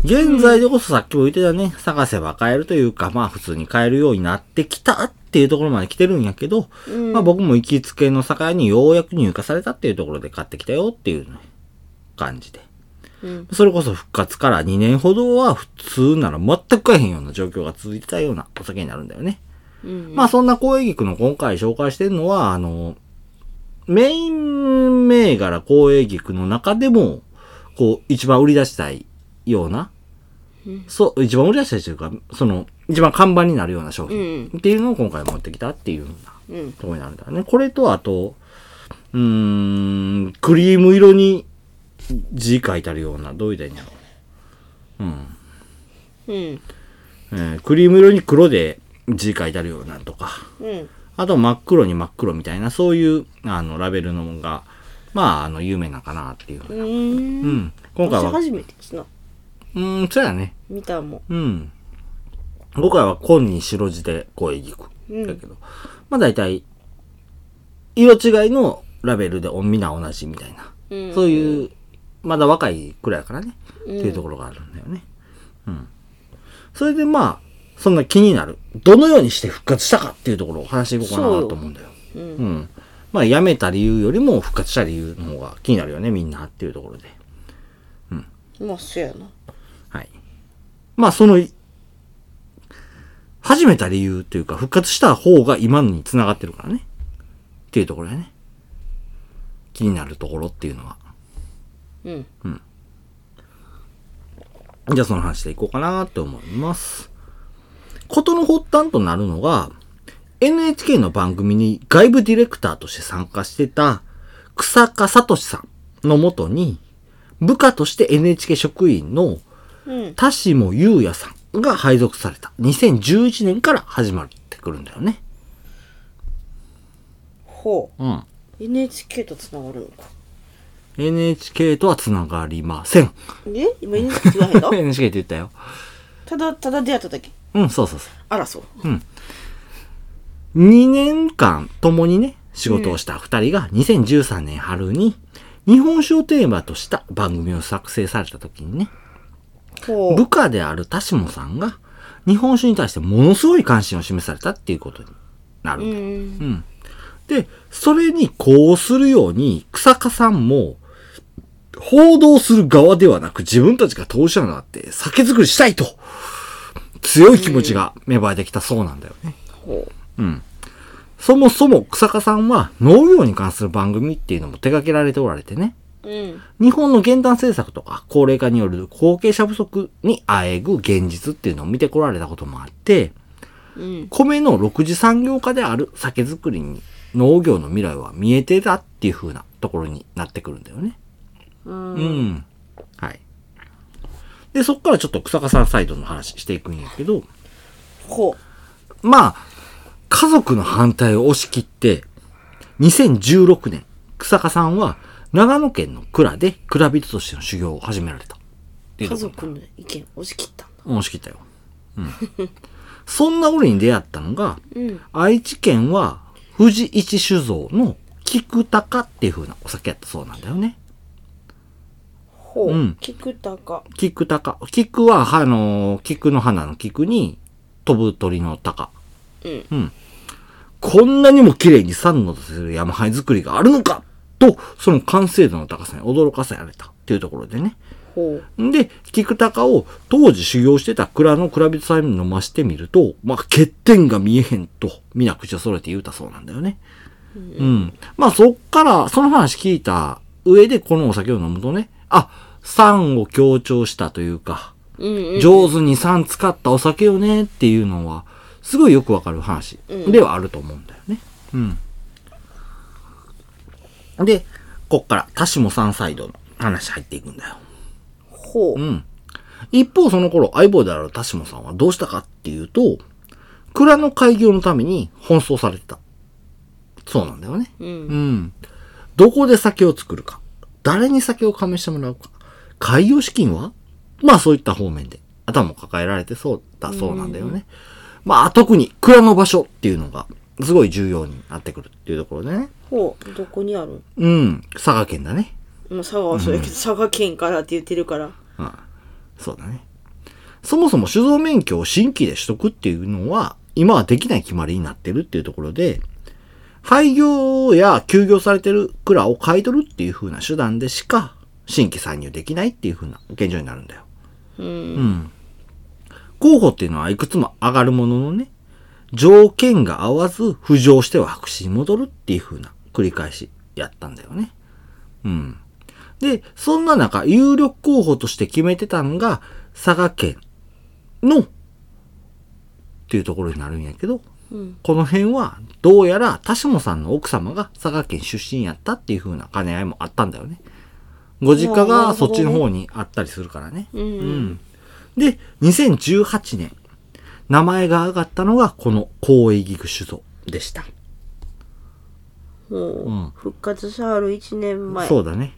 Speaker 1: 現在でこそさっきも言ってたね、探せば買えるというか、まあ普通に買えるようになってきたっていうところまで来てるんやけど、
Speaker 2: うん
Speaker 1: まあ僕も行きつけの酒屋にようやく入荷されたっていうところで買ってきたよっていうね感じで。
Speaker 2: うん
Speaker 1: それこそ復活から2年ほどは普通なら全く買えへんような状況が続いてたようなお酒になるんだよね。
Speaker 2: うん
Speaker 1: まあそんな公営菊の今回紹介してるのは、あの、メイン銘柄公営菊の中でも、こう、一番売り出したいような、
Speaker 2: うん
Speaker 1: そう、一番売り出したいというか、その、一番看板になるような商品
Speaker 2: う
Speaker 1: っていうのを今回持ってきたっていうような
Speaker 2: うん
Speaker 1: ところになるんだよね。これとあと、うーん、クリーム色に字書いてあるような、どういう点やろう。うん。
Speaker 2: うん
Speaker 1: えークリーム色に黒で字書いてあるようなとか。
Speaker 2: うん
Speaker 1: あと真っ黒に真っ黒みたいな、そういう、あの、ラベルのもんが、まあ、あの、有名なんかなっていう。
Speaker 2: う
Speaker 1: うんん。今回
Speaker 2: 私
Speaker 1: は、
Speaker 2: 初めてですな
Speaker 1: うん、そうやね。
Speaker 2: 見たもん
Speaker 1: うん。今回は紺に白地で声聞く。
Speaker 2: うん
Speaker 1: だけど、まあ大体、色違いのラベルで皆同じみたいな。
Speaker 2: うん
Speaker 1: そういう、まだ若いくらいやからね。
Speaker 2: うん
Speaker 1: っていうところがあるんだよね。うん。それでまあ、そんな気になる。どのようにして復活したかっていうところを話していこうか
Speaker 2: そう
Speaker 1: な
Speaker 2: よ
Speaker 1: と思うんだよ。
Speaker 2: うん
Speaker 1: うん。まあ、辞めた理由よりも復活した理由の方が気になるよね、みんなっていうところで。
Speaker 2: まあそうやな
Speaker 1: はい。まあ、その、始めた理由というか、復活した方が今のに繋がってるからね。っていうところだね。気になるところっていうのは。
Speaker 2: うん
Speaker 1: じゃあその話でいこうかなと思います。ことの発端となるのが、NHK の番組に外部ディレクターとして参加してた草加聡さんのもとに、部下として NHK 職員の
Speaker 2: うん
Speaker 1: 田下優也さんが配属された2011年から始まってくるんだよね。
Speaker 2: ほ
Speaker 1: うん。
Speaker 2: う NHK とつながるのか
Speaker 1: NHK とは繋がりません。
Speaker 2: え今 NHK つな がるの
Speaker 1: NHK って言ったよ。
Speaker 2: ただただ出会っただけ
Speaker 1: うん、そうそうそう。
Speaker 2: あらそう
Speaker 1: 2年間共にね、仕事をした2人が2013年春に日本酒をテーマとした番組を作成された時にね、
Speaker 2: ほ
Speaker 1: 部下である田下さんが日本酒に対してものすごい関心を示されたっていうことになる
Speaker 2: うん
Speaker 1: だよ。
Speaker 2: ん
Speaker 1: うん。で、それにこうするように草加さんも報道する側ではなく自分たちが当事者になって酒造りしたいと強い気持ちが芽生えてきたそうなんだよね。
Speaker 2: ほ
Speaker 1: うん。そもそも草加さんは農業に関する番組っていうのも手掛けられておられてね。
Speaker 2: ううん
Speaker 1: 日本の現代政策とか高齢化による後継者不足にあえぐ現実っていうのを見てこられたこともあって、
Speaker 2: うん
Speaker 1: 米の6次産業化である酒造りに農業の未来は見えてたっていう風なところになってくるんだよね。
Speaker 2: うん
Speaker 1: うん。はい。で、そっからちょっと草加さんサイドの話していくんやけど、
Speaker 2: ほ
Speaker 1: まあ、家族の反対を押し切って、2016年、草加さんは長野県の蔵で蔵人としての修行を始められた。
Speaker 2: う家族の意見押し切ったんだ
Speaker 1: 押し切ったよ。うん。そんな俺に出会ったのが、
Speaker 2: うん
Speaker 1: 愛知県は富士一酒造の菊高っていう風なお酒やったそうなんだよね。
Speaker 2: ほう
Speaker 1: うん
Speaker 2: 菊高
Speaker 1: 菊高。菊は、あのー、菊の花の菊に飛ぶ鳥の高。
Speaker 2: うん
Speaker 1: こんなにも綺麗に三のとする山灰作りがあるのかと、その完成度の高さに驚かされたっていうところでね。
Speaker 2: ほうん
Speaker 1: で、菊高を当時修行してた蔵の蔵人さんに飲ましてみると、まあ欠点が見えへんと、皆口を揃えて言うたそうなんだよね。うん。まあそっから、その話聞いた上でこのお酒を飲むとね、あ、酸を強調したというか、
Speaker 2: うんうん
Speaker 1: 上手に酸使ったお酒よねっていうのは、すごいよくわかる話ではあると思うんだよね。うん。で、こっから、田下さんサイドの話入っていくんだよ。
Speaker 2: ほ
Speaker 1: う
Speaker 2: う
Speaker 1: ん。一方、その頃、相棒である田下さんはどうしたかっていうと、蔵の開業のために奔走されてた。そうなんだよね。
Speaker 2: うん
Speaker 1: うん。どこで酒を作るか、誰に酒を加盟してもらうか、開業資金はまあそういった方面で頭を抱えられてそうだそうなんだよね。まあ特に蔵の場所っていうのがすごい重要になってくるっていうところでね。
Speaker 2: ほうどこにある
Speaker 1: うん。佐賀県だね。
Speaker 2: まあ佐賀はそうやけど、佐賀県からって言ってるから
Speaker 1: うん。そうだね。そもそも酒造免許を新規で取得っていうのは、今はできない決まりになってるっていうところで、廃業や休業されてる蔵を買い取るっていう風な手段でしか新規参入できないっていう風な現状になるんだよ。うん。候補っていうのはいくつも上がるもののね、条件が合わず浮上しては白紙に戻るっていう風な繰り返しやったんだよね。うん。で、そんな中、有力候補として決めてたのが、佐賀県の、っていうところになるんやけど、
Speaker 2: うん
Speaker 1: この辺は、どうやら、田下さんの奥様が佐賀県出身やったっていう風な兼ね合いもあったんだよね。ご実家
Speaker 2: なる
Speaker 1: が
Speaker 2: ほ
Speaker 1: そ
Speaker 2: ど
Speaker 1: っち
Speaker 2: ね
Speaker 1: の方にあったりするからね。
Speaker 2: うんうん
Speaker 1: で、2018年、名前が上がったのが、この公営岐阜酒造でした。
Speaker 2: もう、復活シャール1年前
Speaker 1: そうだね。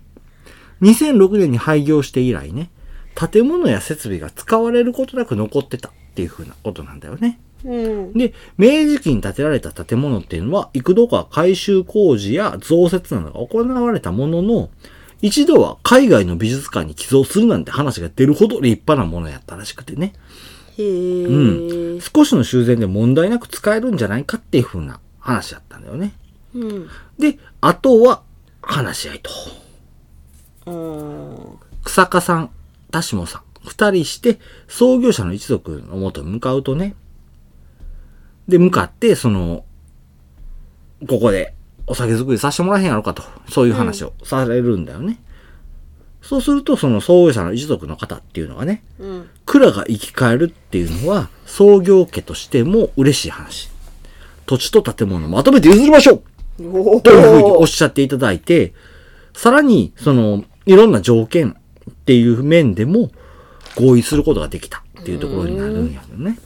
Speaker 1: 2006年に廃業して以来ね、建物や設備が使われることなく残ってたっていう風なことなんだよね。
Speaker 2: うん
Speaker 1: で、明治期に建てられた建物っていうのは、幾度か改修工事や増設などが行われたものの、一度は海外の美術館に寄贈するなんて話が出るほど立派なものやったらしくてね。
Speaker 2: へえ、
Speaker 1: うん。少しの修繕で問題なく使えるんじゃないかっていう風な話だったんだよね。
Speaker 2: うん
Speaker 1: で、あとは、話し合いと。
Speaker 2: うん
Speaker 1: 草加さん、田下さん、二人して、創業者の一族の元に向かうとね、で、向かって、その、ここでお酒作りさせてもらえへんやろかと、そういう話をされるんだよね。そうすると、その創業者の一族の方っていうのがね、
Speaker 2: うん
Speaker 1: 蔵が生き返るっていうのは、創業家としても嬉しい話。土地と建物をまとめて譲りましょう
Speaker 2: お
Speaker 1: というふうにおっしゃっていただいて、さらに、その、いろんな条件っていう面でも合意することができたっていうところになるんやけどね。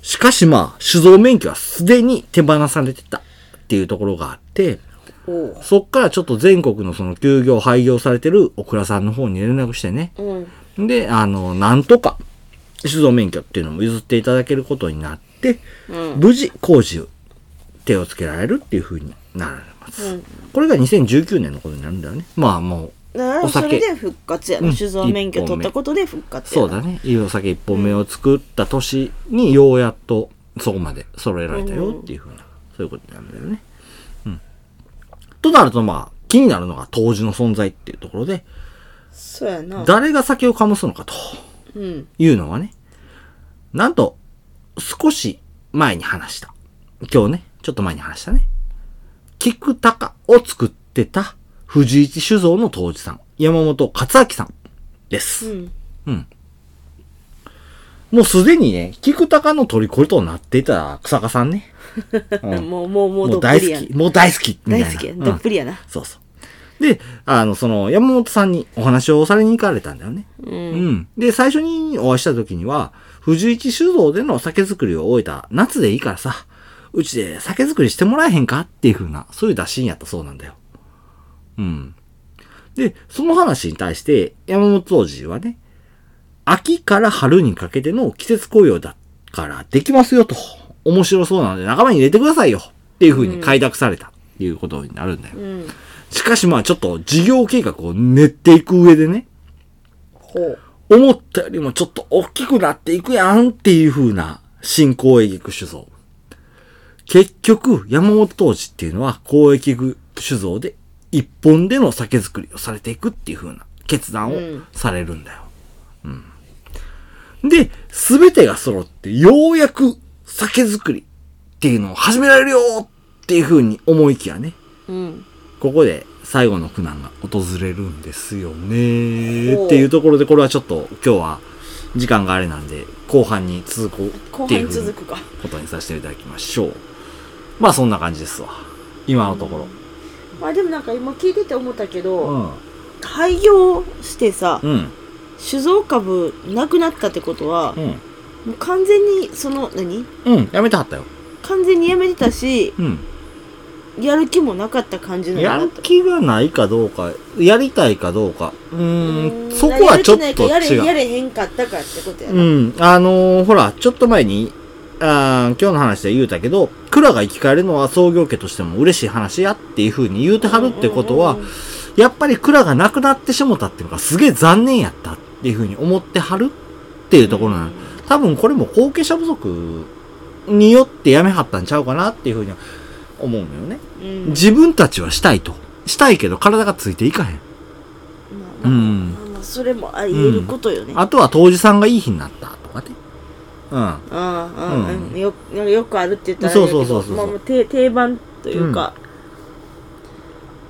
Speaker 1: しかしまあ、酒造免許はすでに手放されてたっていうところがあって、
Speaker 2: おう
Speaker 1: そっからちょっと全国のその休業、廃業されてるお倉さんの方に連絡してね、
Speaker 2: うん
Speaker 1: で、あの、なんとか、酒造免許っていうのも譲っていただけることになって、
Speaker 2: うん
Speaker 1: 無事工事を手をつけられるっていうふうになられます。
Speaker 2: うん
Speaker 1: これが2019年のことになるんだよね。まあもう、
Speaker 2: なら
Speaker 1: お
Speaker 2: そ
Speaker 1: 酒
Speaker 2: れで復活や
Speaker 1: う
Speaker 2: ろ
Speaker 1: ん
Speaker 2: 酒造免許取ったことで復活や
Speaker 1: そうだね。いいお酒一本目を作った年にようやっとそこまで揃えられたよっていうふうな、そういうことなんだよね。うん。となるとまあ、気になるのが当時の存在っていうところで、
Speaker 2: そうやな
Speaker 1: 誰が酒を醸すのかと。
Speaker 2: うん
Speaker 1: いうのはね、なんと、少し前に話した。今日ね、ちょっと前に話したね。菊高を作ってた藤市酒造の当時さん、山本勝明さんで
Speaker 2: う
Speaker 1: す。
Speaker 2: ん
Speaker 1: もうすでにね、菊高の虜となっていた草加さんね。
Speaker 2: もうもうもう
Speaker 1: も
Speaker 2: ど
Speaker 1: う
Speaker 2: っ
Speaker 1: 大
Speaker 2: ぷりや
Speaker 1: 好き。もう大好き。みたいな
Speaker 2: 大好きや
Speaker 1: うん
Speaker 2: どっぷりやな
Speaker 1: そうそう。で、あの、その、山本さんにお話をされに行かれたんだよね。
Speaker 2: うん
Speaker 1: うん。で、最初にお会いした時には、藤市酒造での酒造りを終えた夏でいいからさ、うちで酒造りしてもらえへんかっていう風な、そういう打診やったそうなんだよ。うん。で、その話に対して、山本当時はね、秋から春にかけての季節雇用だからできますよと、面白そうなので仲間に入れてくださいよっていう風に開拓されたっていうことになるんだよ。
Speaker 2: うん
Speaker 1: しかしまあちょっと事業計画を練っていく上でね、
Speaker 2: ほう
Speaker 1: 思ったよりもちょっと大きくなっていくやんっていう風な新公益酒造。結局、山本当時っていうのは公益酒造で一本での酒造りをされていくっていう風な決断を
Speaker 2: うん
Speaker 1: されるんだよ。うんで、すべてが揃ってようやく酒造りっていうのを始められるよっていう風に思いきやね。
Speaker 2: うん
Speaker 1: ここで最後の苦難が訪れるんですよねっていうところでこれはちょっと今日は時間があれなんで後半に続こう
Speaker 2: 後
Speaker 1: ってい
Speaker 2: 半
Speaker 1: うふう
Speaker 2: 続
Speaker 1: に
Speaker 2: くか
Speaker 1: ことにさせていただきましょうまあそんな感じですわ今のところ
Speaker 2: まあでもなんか今聞いてて思ったけ
Speaker 1: う
Speaker 2: ど
Speaker 1: ん
Speaker 2: 廃業してさ
Speaker 1: うん
Speaker 2: 酒造株なくなったってことは
Speaker 1: うん
Speaker 2: もう完全にその何
Speaker 1: うんやめてはったよ
Speaker 2: 完全にやめてたし
Speaker 1: うん
Speaker 2: やる気もなかった感じなん
Speaker 1: や
Speaker 2: だな
Speaker 1: る
Speaker 2: と
Speaker 1: 気がないかどうかやりたいかどうかうー
Speaker 2: うんん
Speaker 1: そこはちょっと
Speaker 2: やる気ないからやれ
Speaker 1: 違う
Speaker 2: やれへんかったからってことやな
Speaker 1: うん。あのーほら、ちょっと前に、あー今日の話で言うたけど、蔵が生き返るのは創業家としても嬉しい話やっていう風に言うてはるってことは、
Speaker 2: うんうんうん
Speaker 1: やっぱり蔵がなくなってしもたっていうのがすげえ残念やったっていう風に思ってはるっっていうところなの。多分これも後継者不足によってやめはったんちゃうかなっていうふうには思うのよね。
Speaker 2: うん
Speaker 1: 自分たちはしたいと。したいけど体がついていかへん。
Speaker 2: まあ
Speaker 1: うん
Speaker 2: まあまあそれもあり得ることよね、
Speaker 1: あとは当時さんがいい日になったとかね。うん。
Speaker 2: ああ、
Speaker 1: うん
Speaker 2: うん、よなんかよくあるって言ったらあれだけど
Speaker 1: そうそうそうそう
Speaker 2: まあもう定定番というか、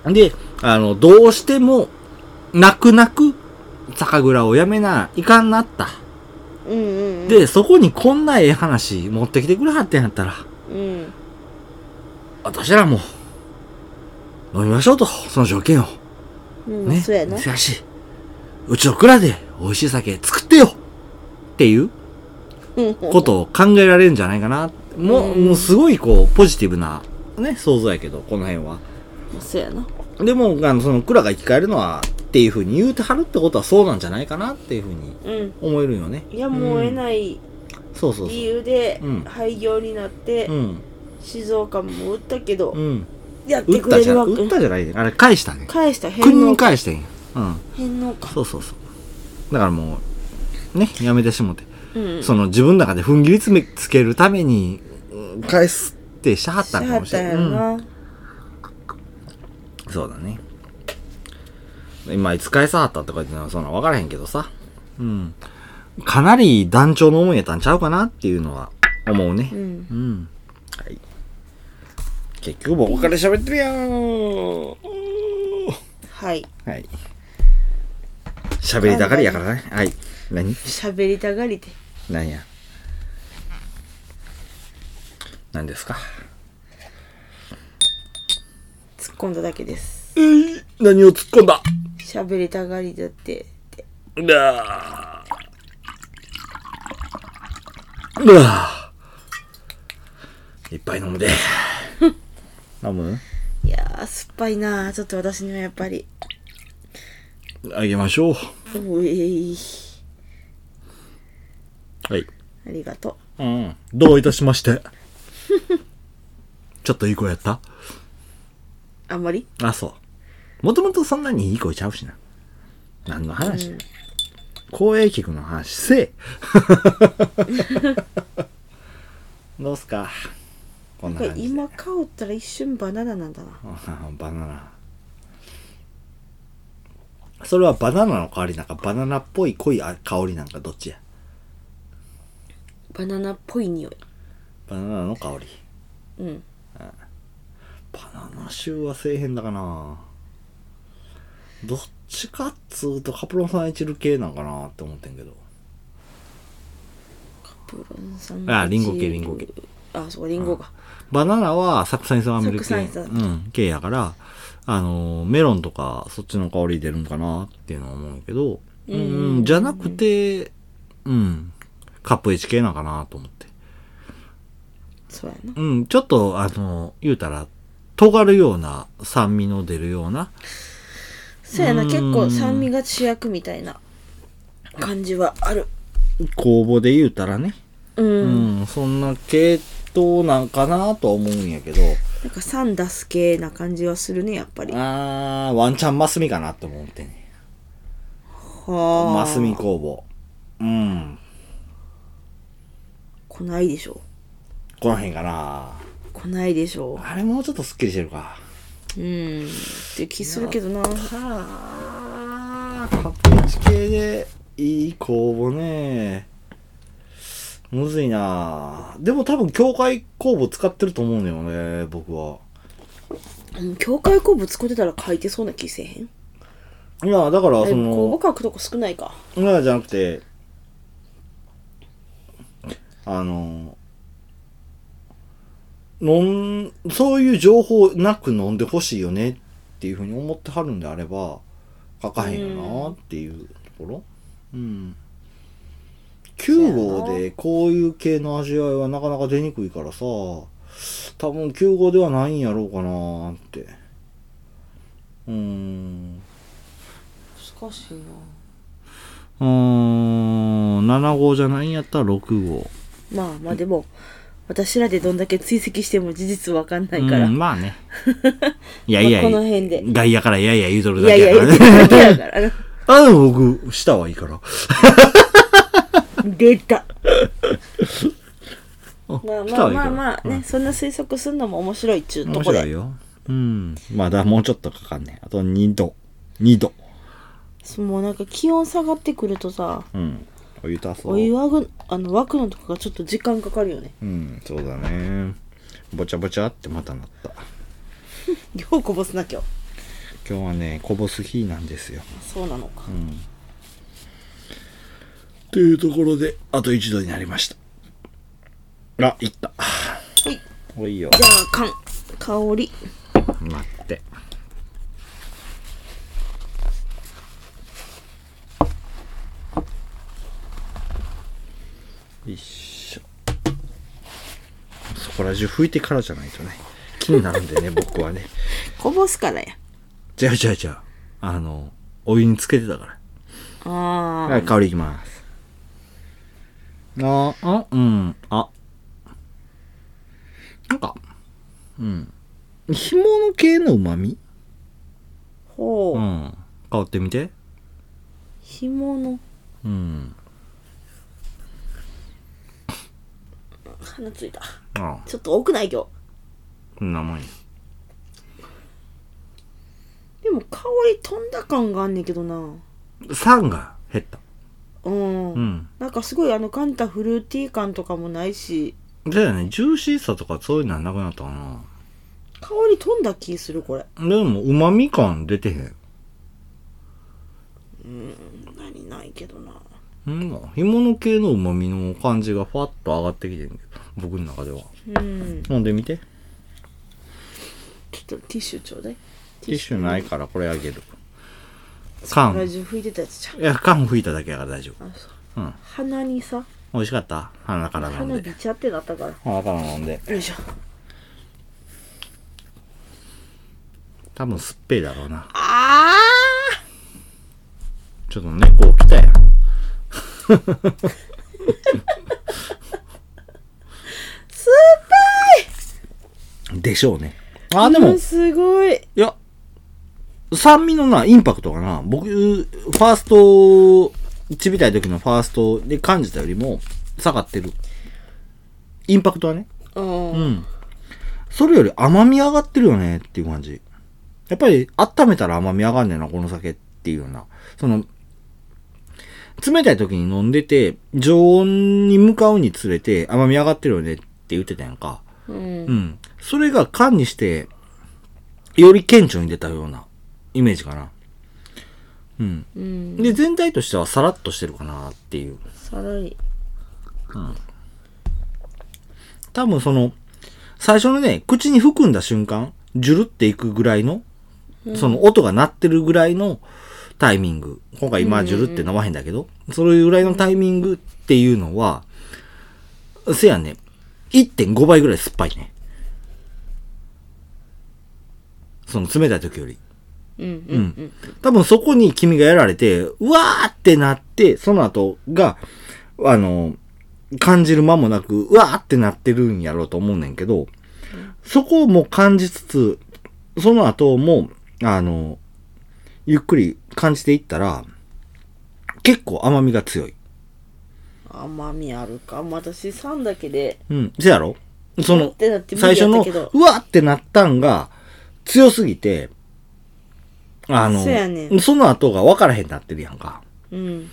Speaker 1: で、あの、どうしても、泣く泣く、酒蔵をやめないかんなった。
Speaker 2: うん、うんうん
Speaker 1: で、そこにこんなええ話持ってきてくれはってんやったら、
Speaker 2: うん
Speaker 1: 私らも、飲みましょうと、その条件を。
Speaker 2: うん、
Speaker 1: ね。
Speaker 2: そうやな
Speaker 1: せやし、うちの蔵で美味しい酒作ってよっていうこ
Speaker 2: こと
Speaker 1: を考えられるんじゃないかな。もう、
Speaker 2: うん
Speaker 1: もうすごいこう、ポジティブな、ね、想像やけど、この辺は。
Speaker 2: そうやな
Speaker 1: でも、あの、その、蔵が生き返るのは、っていうふうに言うてはるってことはそうなんじゃないかなっていうふうに
Speaker 2: うん
Speaker 1: 思えるよね。
Speaker 2: いやもう得
Speaker 1: い。
Speaker 2: ない
Speaker 1: そうそうそう。
Speaker 2: 理由で
Speaker 1: うん
Speaker 2: 廃業になって、
Speaker 1: うん。
Speaker 2: 静岡も売ったけど、
Speaker 1: うん。
Speaker 2: やっ
Speaker 1: 売
Speaker 2: て
Speaker 1: っ
Speaker 2: く
Speaker 1: た
Speaker 2: れ
Speaker 1: じゃ
Speaker 2: る
Speaker 1: ん。
Speaker 2: わけ
Speaker 1: 売ったじゃないね。あれ、返したね。
Speaker 2: 返した返
Speaker 1: 国
Speaker 2: 納
Speaker 1: に返してんや。うん。
Speaker 2: 返納か
Speaker 1: そうそうそう。だからもう、ね、やめてしもて。
Speaker 2: うん
Speaker 1: その、自分の中で踏ん切りつめつけるために、うん返すってしはったんかもしれ
Speaker 2: し
Speaker 1: な
Speaker 2: は
Speaker 1: い。
Speaker 2: ったんや
Speaker 1: う
Speaker 2: ろ
Speaker 1: ん
Speaker 2: な、
Speaker 1: そうだね。今、いつ返さはったとか言ってのは、そんなん分からへんけどさ。うん。かなり団長の思いやったんちゃうかなっていうのは思うね。
Speaker 2: うん
Speaker 1: うん。はい。結局もうお金喋ってるやん。
Speaker 2: はい
Speaker 1: はい。喋りたがりやからね。はい。何
Speaker 2: 喋りたがりで
Speaker 1: 何や。何ですか
Speaker 2: 突っ込んだだけです
Speaker 1: 何を突っ込んだ
Speaker 2: 喋りたがりだってって
Speaker 1: うわぁ。うわぁ。いっぱい飲む で。飲む
Speaker 2: いやー酸っぱいなーちょっと私にはやっぱり
Speaker 1: あげましょう。
Speaker 2: おい
Speaker 1: はい。
Speaker 2: ありがと
Speaker 1: うん。どういたしまして。 ちょっといい子やった
Speaker 2: うあんまり
Speaker 1: あ、そう。もともとそんなにいい声ちゃうしな。何の話、公営局の話せえ どうすかこんな
Speaker 2: これ
Speaker 1: 感じで。
Speaker 2: 今買おったら一瞬バナナなんだな
Speaker 1: あバナナ。それはバナナの香りなんか、バナナっぽい濃いあ香りなんかどっちや
Speaker 2: バナナっぽい匂い
Speaker 1: バナナの香り。
Speaker 2: うん
Speaker 1: バナナ臭はせえへんだかなどっちかっつうとカプロンサンエチル系なんかなって思ってんけど。
Speaker 2: プロンさん
Speaker 1: あリンゴ系リンゴ系
Speaker 2: あそうかリンゴか
Speaker 1: バナナは酢酸イ酸アミル系、
Speaker 2: 酢酸イ酸
Speaker 1: うん、系やから、あのー、メロンとかそっちの香り出るんかなっていうのは思うけど、
Speaker 2: うん
Speaker 1: うん、じゃなくて、うん、カップ H 系なんかなと思って。
Speaker 2: そうやな
Speaker 1: うん、ちょっと、あの、言うたら、尖るような、酸味の出るような、
Speaker 2: そうやな
Speaker 1: うん
Speaker 2: 結構酸味が主役みたいな感じはある
Speaker 1: 工房で言うたらね、
Speaker 2: うん、
Speaker 1: うん、そんな系統なんかなとは思うんやけど、
Speaker 2: なんか酸出す系な感じはするねやっぱりは
Speaker 1: あー、ワンチャンマスミかなって思ってね。
Speaker 2: あ
Speaker 1: マスミ工房。うん、
Speaker 2: こないでしょ
Speaker 1: この辺かな
Speaker 2: こないでしょ
Speaker 1: あれもうちょっとスッキリしてるか。
Speaker 2: うんって気するけどな
Speaker 1: はあ、カプチ系でいい公募ね。むずいなでも多分、教会公募使ってると思うのよね、僕は。
Speaker 2: うん教会公募使ってたら書いてそうな気せえへん
Speaker 1: いや、だから、
Speaker 2: あ
Speaker 1: そ
Speaker 2: 公
Speaker 1: の
Speaker 2: 募、書くとこ少ないか
Speaker 1: いや、じゃなくて、あの、飲ん、そういう情報なく飲んでほしいよねっていうふうに思ってはるんであれば、書かへんよなっていうところ。うん。9号でこういう系の味わいはなかなか出にくいからさ、多分9号ではないんやろうかなって。うん。
Speaker 2: 難しいな
Speaker 1: うーん、7号じゃないんやったら6号。
Speaker 2: まあまあでも私らでどんだけ追跡しても事実わかんないか
Speaker 1: う
Speaker 2: ら
Speaker 1: ん、まあ ね。いやいや、
Speaker 2: まあこの辺で
Speaker 1: 外野からいやいや言うとる
Speaker 2: い
Speaker 1: だ
Speaker 2: や
Speaker 1: け
Speaker 2: いや
Speaker 1: やから
Speaker 2: 言
Speaker 1: ね
Speaker 2: って。るだけやからな
Speaker 1: あ、でも僕、下はいいから。
Speaker 2: 出た
Speaker 1: あ
Speaker 2: まあ
Speaker 1: 来たら
Speaker 2: まあ
Speaker 1: いい
Speaker 2: ま
Speaker 1: か
Speaker 2: あ
Speaker 1: ら
Speaker 2: まあね、そんな推測すんのも面白いっちゅう
Speaker 1: うん
Speaker 2: と
Speaker 1: 面
Speaker 2: こ
Speaker 1: 白い
Speaker 2: で
Speaker 1: よ。うん。まだもうちょっとかかんねん。あと2度。2度。
Speaker 2: もうなんか気温下がってくるとさ
Speaker 1: うん。お湯足そう。
Speaker 2: お湯沸くあの沸くのとかがちょっと時間かかるよね
Speaker 1: うん、そうだね。ぼちゃぼちゃってまたなった。
Speaker 2: ようこぼすな今日
Speaker 1: 今日はね、こぼす日なんですよ。
Speaker 2: そうなのか、
Speaker 1: うん。というところで、あと1度になりました。あ、いった。
Speaker 2: ほい
Speaker 1: おいよ。
Speaker 2: じゃあ缶香り
Speaker 1: 待って。よいしょ。そこら中拭いてからじゃないとね。気になるんでね、 僕はね。
Speaker 2: こぼすからや
Speaker 1: じゃあじゃあじゃあ。あの、お湯につけてたから。
Speaker 2: あ
Speaker 1: はい、香りいきます。あ、あ、うん、あ。なんか、うん。干物系の旨味
Speaker 2: ーほう、
Speaker 1: うん。香ってみて。
Speaker 2: 干物
Speaker 1: うん。
Speaker 2: 鼻ついた
Speaker 1: あ
Speaker 2: ちょっと多くない今日
Speaker 1: こんなもんや。
Speaker 2: でも香り飛んだ感があんねんけどな
Speaker 1: 酸が減った。
Speaker 2: うん、
Speaker 1: うん。
Speaker 2: なんかすごいあのカンタフルーティー感とかもないし
Speaker 1: だよね、ジューシーさとかそういうのはなくなったか
Speaker 2: 香り飛んだ気するこれ
Speaker 1: な。でも、旨味感出てへん。
Speaker 2: 何ないけどな
Speaker 1: うん、干物系の旨味の感じがファッと上がってきてるけど、僕の中では。
Speaker 2: うん
Speaker 1: 飲んでみて。
Speaker 2: ちょっとティッシュちょうだい
Speaker 1: ティッシュないからこれあげる。
Speaker 2: ブラ
Speaker 1: 缶。
Speaker 2: ジル拭いてたやつじゃん
Speaker 1: いや、缶吹いただけやから大丈夫。
Speaker 2: あそう
Speaker 1: うん。
Speaker 2: 鼻にさ
Speaker 1: 美味しかった鼻から飲
Speaker 2: 鼻
Speaker 1: ん
Speaker 2: び
Speaker 1: で。
Speaker 2: ちゃってなったから
Speaker 1: 鼻から飲んで。
Speaker 2: よいしょ
Speaker 1: 多分酸っぱいだろうな。
Speaker 2: あ
Speaker 1: ちょっと猫起きたやん。
Speaker 2: す
Speaker 1: でしょうね。
Speaker 2: ー
Speaker 1: あ、でも、
Speaker 2: うん
Speaker 1: い
Speaker 2: すごい
Speaker 1: や、酸味のな、インパクトがな、僕、ファースト、ちびたい時のファーストで感じたよりも、下がってる。インパクトはね。
Speaker 2: うん、
Speaker 1: うん。それより甘み上がってるよねっていう感じ。やっぱり温めたら甘み上がんねんな、この酒っていうような。その、冷たい時に飲んでて、常温に向かうにつれて甘み上がってるよねって言ってたやんか。
Speaker 2: うん
Speaker 1: うん。それが缶にして、より顕著に出たようなイメージかな。うん。
Speaker 2: うん、
Speaker 1: で、全体としてはさらっとしてるかなっていう。
Speaker 2: さらに
Speaker 1: 多分その、最初のね、口に含んだ瞬間、ジュルっていくぐらいの、その音が鳴ってるぐらいのタイミング。今回今ジュルって飲まへんだけど、それぐらいのタイミングっていうのは、せやね、1.5倍ぐらい酸っぱいね。その冷たい時より。
Speaker 2: うんうんうん
Speaker 1: 多分そこに君がやられて、うわーってなって、その後が、あの、感じる間もなく、うわーってなってるんやろうと思うねんけど、そこも感じつつ、その後も、あの、ゆっくり感じていったら、結構甘みが強い。
Speaker 2: 甘みあるかも私3だけで
Speaker 1: うん。せやろその
Speaker 2: ってなって、無
Speaker 1: 最
Speaker 2: 理や
Speaker 1: 初
Speaker 2: っ
Speaker 1: の、
Speaker 2: たけど
Speaker 1: うわーってなったんが、強すぎて、あの
Speaker 2: そうやね、ん
Speaker 1: その後が分からへんなってるやんか。
Speaker 2: うん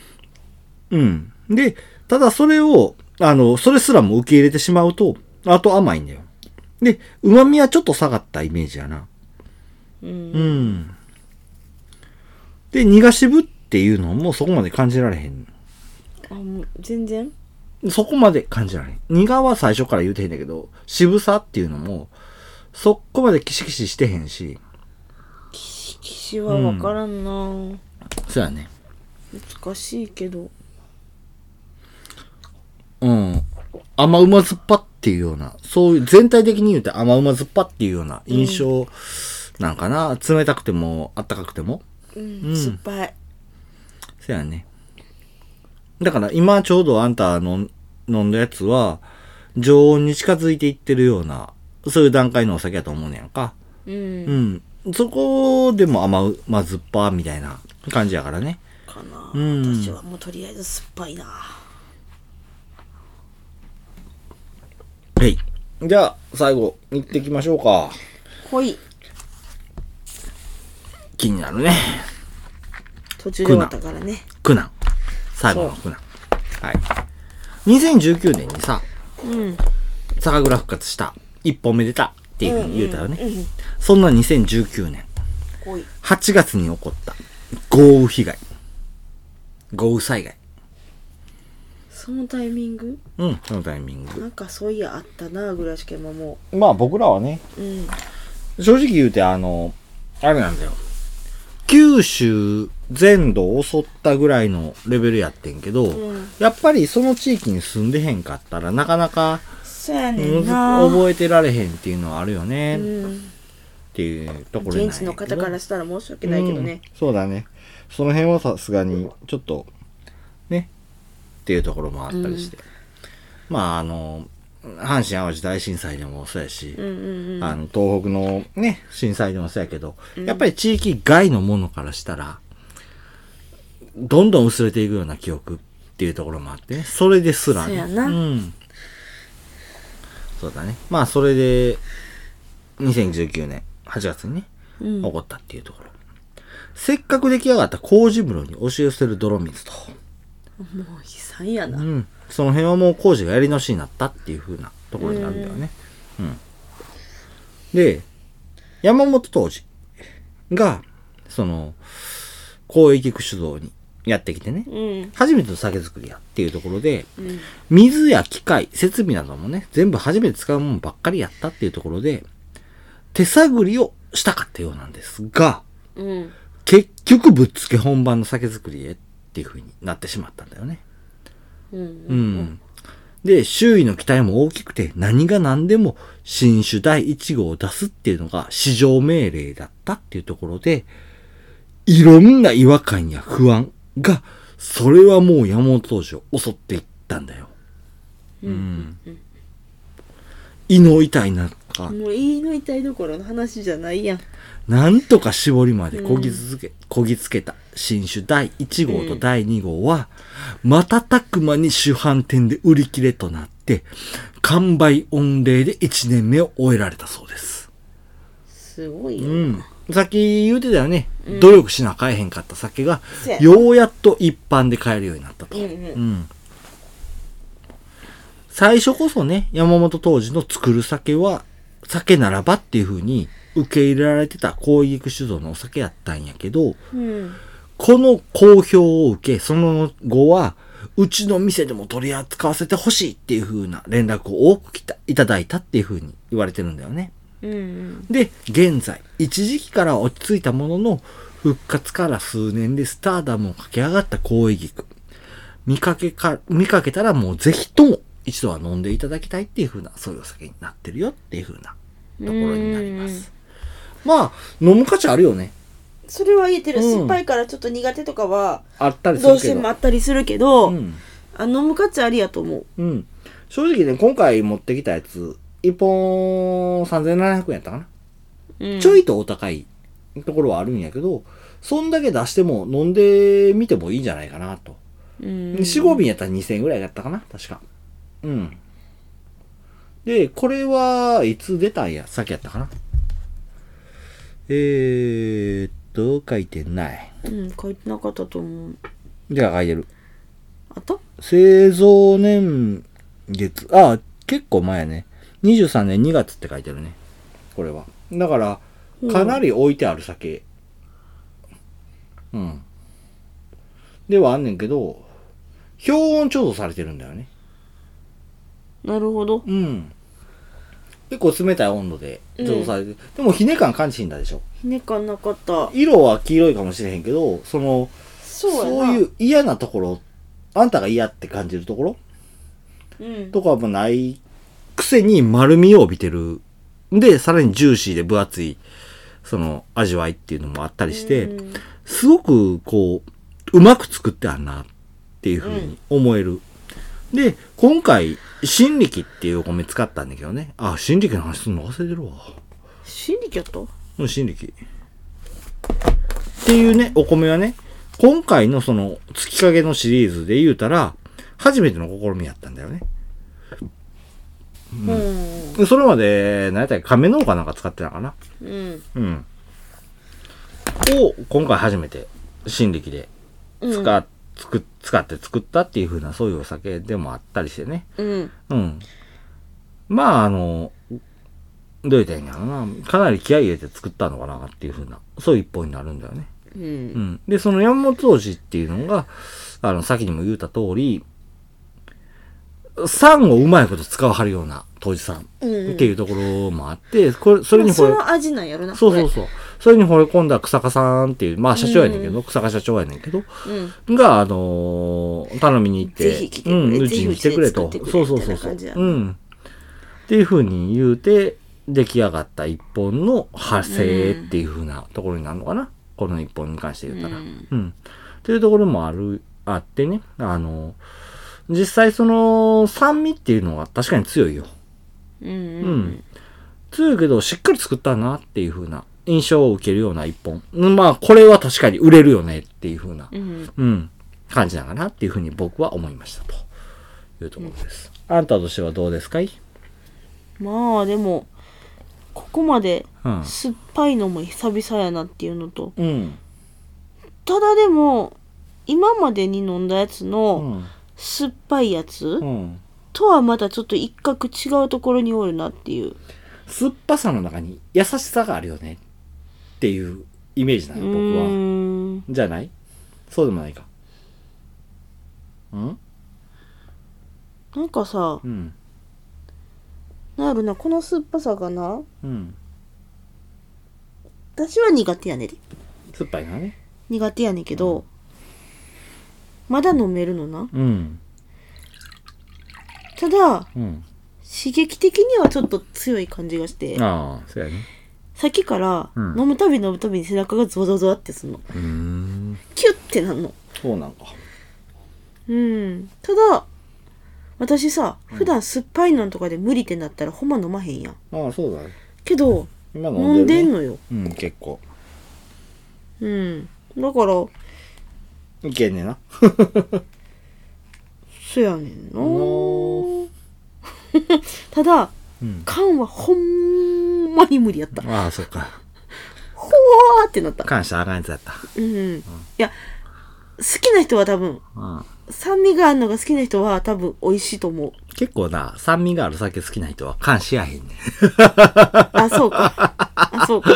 Speaker 1: うん。で、ただそれを、あの、それすらも受け入れてしまうと、あと甘いんだよ。で、旨味はちょっと下がったイメージやな。
Speaker 2: うん
Speaker 1: うん。で、苦渋っていうのもそこまで感じられへん。
Speaker 2: あもう全然
Speaker 1: そこまで感じられへん。苦は最初から言うてへんだけど、渋さっていうのも、そこまでキシキシしてへんし。
Speaker 2: 岸は分からんな、
Speaker 1: そうやね。
Speaker 2: 難しいけど
Speaker 1: うん。甘うま酸っぱっていうような、そういう、全体的に言うと甘うま酸っぱっていうような印象なんかな。冷たくても、あったかくても。
Speaker 2: うん、
Speaker 1: うん
Speaker 2: 酸っぱい
Speaker 1: そやね。だから今ちょうどあんたの飲んだやつは、常温に近づいていってるような、そういう段階のお酒やと思うねやんか。
Speaker 2: うん、
Speaker 1: うん。そこでも甘う、まずっぱみたいな感じやからね。
Speaker 2: かな、
Speaker 1: うん
Speaker 2: 私はもうとりあえず酸っぱいな
Speaker 1: はい。じゃあ、最後、行ってきましょうか。
Speaker 2: 濃い。
Speaker 1: 気になるね。
Speaker 2: 途中で終わったからね。
Speaker 1: 苦難。最後の苦難。はい。2019年にさ、
Speaker 2: うん。
Speaker 1: 酒蔵復活した、一本目出たっていうふうに言うたよね。そんな2019年、
Speaker 2: 濃い。
Speaker 1: 8月に起こった豪雨被害。豪雨災害。
Speaker 2: そのタイミング
Speaker 1: うん、そのタイミング。
Speaker 2: なんかそういやあったなぐらいしか今も
Speaker 1: まあ僕らはね、
Speaker 2: う。うん。
Speaker 1: 正直言うてあの、あれなんだよ。九州全土を襲ったぐらいのレベルやってんけど、
Speaker 2: ん
Speaker 1: やっぱりその地域に住んでへんかったらなかなか
Speaker 2: そうやね
Speaker 1: む
Speaker 2: ん
Speaker 1: ず
Speaker 2: な。
Speaker 1: 覚えてられへんっていうのはあるよね、っ
Speaker 2: うん。
Speaker 1: ていうところなんやけど
Speaker 2: 現地の方からしたら申し訳ないけどね。
Speaker 1: うんそうだね。その辺はさすがに、ちょっと、ね、っていうところもあったりして。まあ、あの、阪神・淡路大震災でもそうやし、
Speaker 2: うんうんうん。
Speaker 1: あの、東北のね、震災でもそうやけど、やっぱり地域外のものからしたら、どんどん薄れていくような記憶っていうところもあってね、それですらね。。
Speaker 2: そうやなん
Speaker 1: そうだね。まあ、それで、2019年8月にね、
Speaker 2: うん
Speaker 1: 起こったっていうところ。せっかく出来上がった麹室に押し寄せる泥水と。
Speaker 2: もう悲惨や
Speaker 1: う
Speaker 2: な。
Speaker 1: ん。その辺はもう工事がやり直しになったっていう風なところになるんだよね。うん。で、山本当時が、その、公益副主導にやってきてね、
Speaker 2: うん。
Speaker 1: 初めての酒造りやっていうところで、
Speaker 2: うん。
Speaker 1: 水や機械、設備などもね、全部初めて使うものばっかりやったっていうところで、手探りをしたかったようなんですが、
Speaker 2: うん。
Speaker 1: 結局ぶっつけ本番の酒造りへっていう風になってしまったんだよね。
Speaker 2: うん。
Speaker 1: うん。で、周囲の期待も大きくて、何が何でも新種第1号を出すっていうのが市場命令だったっていうところで、いろんな違和感や不安が、それはもう山本投手を襲っていったんだよ。うん。胃の痛い中、
Speaker 2: もう言い抜いたいどころの話じゃないやん。
Speaker 1: なんとか絞りまでこぎ続け、こぎつけた新種第1号と第2号は、瞬く間に主販店で売り切れとなって、完売御礼で1年目を終えられたそうです。
Speaker 2: すごいよ。
Speaker 1: うん。さっき言うてたよね。努力しな買えへんかった酒が
Speaker 2: せや、
Speaker 1: ようやっと一般で買えるようになったと。
Speaker 2: うん
Speaker 1: う
Speaker 2: うん。
Speaker 1: ん。最初こそね、山本当時の作る酒は、酒ならばっていう風に受け入れられてた公益酒造のお酒やったんやけど、
Speaker 2: うん。
Speaker 1: この好評を受け、その後は、うちの店でも取り扱わせてほしいっていう風な連絡を多くきたいただいたっていう風に言われてるんだよね。
Speaker 2: うん。
Speaker 1: で、現在、一時期から落ち着いたものの、復活から数年でスターダムを駆け上がった高位菊。見かけか、見かけたらもうぜひとも一度は飲んでいただきたいっていう風な、そういうお酒になってるよっていう風なところになります。まあ、飲む価値あるよね。
Speaker 2: それは言えてる。
Speaker 1: うん
Speaker 2: 酸っぱいからちょっと苦手とかは、
Speaker 1: あったりするけど。
Speaker 2: どうしてもあったりするけど、
Speaker 1: うん。
Speaker 2: あ飲む価値ありやと思う。
Speaker 1: うん。正直ね、今回持ってきたやつ、一本3700円やったかな。
Speaker 2: うん
Speaker 1: ちょいとお高いところはあるんやけど、そんだけ出しても飲んでみてもいいんじゃないかなと。
Speaker 2: うん。
Speaker 1: 4、5瓶やったら2000円ぐらいだったかな確か。うん。で、これはいつ出たんやさっきやったかなえーっと、書いてない。
Speaker 2: うん、書いてなかったと思う。
Speaker 1: じゃあ書いてる。
Speaker 2: あと
Speaker 1: 製造年月、あ、結構前やね。23年2月って書いてるね。これは。だから、かなり置いてある酒。うん。ではあんねんけど、氷温調度されてるんだよね。
Speaker 2: なるほど。
Speaker 1: うん。結構冷たい温度で調度されてる。でも、ひね感感じひんだでしょ。
Speaker 2: ひね感なかった。
Speaker 1: 色は黄色いかもしれへんけど、その、
Speaker 2: そうやな。
Speaker 1: そういう嫌なところ、あんたが嫌って感じるところ
Speaker 2: うん。
Speaker 1: とかもないくせに丸みを帯びてる。で、さらにジューシーで分厚い、その味わいっていうのもあったりして、
Speaker 2: うん
Speaker 1: すごくこう、うまく作ってあんなっていうふうに思える。で、今回、新力っていうお米使ったんだけどね。あ、新力の話するの忘れてるわ。
Speaker 2: 心理やった
Speaker 1: うん、新力。っていうね、お米はね、今回のその月影のシリーズで言うたら、初めての試みやったんだよね。
Speaker 2: うん。
Speaker 1: でそれまで、何やったっけ、亀農家なんか使ってたのかな。
Speaker 2: うん。
Speaker 1: うん。を、今回初めて、新力で
Speaker 2: うん。
Speaker 1: 使っ、つく使って作ったっていう風な、そういうお酒でもあったりしてね。
Speaker 2: うん。
Speaker 1: うん。まあ、あの、どう言ったらいいんやろな。かなり気合い入れて作ったのかなっていう風な、そういう一本になるんだよね。
Speaker 2: う。
Speaker 1: うんん。で、その山本当時っていうのが、あの、先にも言った通り、酸をうまいこと使わはるような当時さんって
Speaker 2: うん
Speaker 1: いうところもあって、これ、そ
Speaker 2: そ
Speaker 1: れに惚れ、
Speaker 2: の味なんやろな。
Speaker 1: そうそう
Speaker 2: こ
Speaker 1: そう。それに惚れ込んだ草加さんっていう、まあ社長やねんけど、草加社長やねんけど、
Speaker 2: れ。うん。
Speaker 1: が、あのー頼みに行って、
Speaker 2: ぜひ来てくれ
Speaker 1: うん、うちに来てくれ
Speaker 2: ぜひ
Speaker 1: と
Speaker 2: うちで作ってく。れ
Speaker 1: そうそうそ
Speaker 2: み
Speaker 1: う
Speaker 2: たいな
Speaker 1: そう。
Speaker 2: 感じやな
Speaker 1: うん。っていうふうに言うて、出来上がった一本の派生っていうふうなところになるのかな。この一本に関して言ったら。
Speaker 2: う
Speaker 1: うんん。っていうところもある、あってね。あの実際その、酸味っていうのは確かに強いよ。
Speaker 2: うん。
Speaker 1: うん。強いけど、しっかり作ったなっていうふうな印象を受けるような一本。うんまあ、これは確かに売れるよねっていうふうな。
Speaker 2: うん。
Speaker 1: うん、感じなのかなっていうふうに僕は思いましたというところです。あんたとしてはどうですかい
Speaker 2: まあ、でも、ここまで
Speaker 1: うん。
Speaker 2: 酸っぱいのも久々やなっていうのと、
Speaker 1: うん。
Speaker 2: ただでも、今までに飲んだやつ
Speaker 1: う
Speaker 2: の
Speaker 1: ん。
Speaker 2: 酸っぱいやつ
Speaker 1: うん。
Speaker 2: とはまたちょっと一角違うところにおるなっていう。
Speaker 1: 酸っぱさの中に優しさがあるよねっていうイメージな
Speaker 2: う
Speaker 1: の、
Speaker 2: ー
Speaker 1: 僕は。
Speaker 2: ん。
Speaker 1: じゃないそうでもないか。うん
Speaker 2: なんかさ
Speaker 1: う、ん。
Speaker 2: なんやろな、この酸っぱさがな、
Speaker 1: うん。
Speaker 2: 私は苦手やねん。
Speaker 1: 酸っぱいなね。
Speaker 2: 苦手やねんけど、まだ飲めるのな。
Speaker 1: うん。
Speaker 2: ただ、
Speaker 1: うん。
Speaker 2: 刺激的にはちょっと強い感じがして、
Speaker 1: ああ、そうやね。
Speaker 2: さっきから、
Speaker 1: うん
Speaker 2: 飲むたび飲むたびに背中がゾワゾワゾワってすんの。
Speaker 1: うーん。
Speaker 2: キュッてなんの。
Speaker 1: そうなんか。
Speaker 2: うん。ただ、私さ、普段酸っぱいのとかで無理ってなったらほんま飲まへんやん。
Speaker 1: ああ、そうだね。
Speaker 2: けど、
Speaker 1: 今
Speaker 2: 飲んでん
Speaker 1: の
Speaker 2: のよ。
Speaker 1: うん、結構。
Speaker 2: うん。だから、
Speaker 1: いけんねえな。
Speaker 2: そやねん
Speaker 1: お
Speaker 2: な。ただ、
Speaker 1: うん。
Speaker 2: 缶はほんまに無理やった。
Speaker 1: ああ、そっか。
Speaker 2: ほわーってなった。
Speaker 1: 感謝あかんやつやった。
Speaker 2: うん。いや、好きな人は多分、
Speaker 1: うん。
Speaker 2: 酸味があるのが好きな人は多分美味しいと思う。
Speaker 1: 結構な、酸味がある酒好きな人は感しやへんねん。
Speaker 2: あ、そうか。 あ、そうか。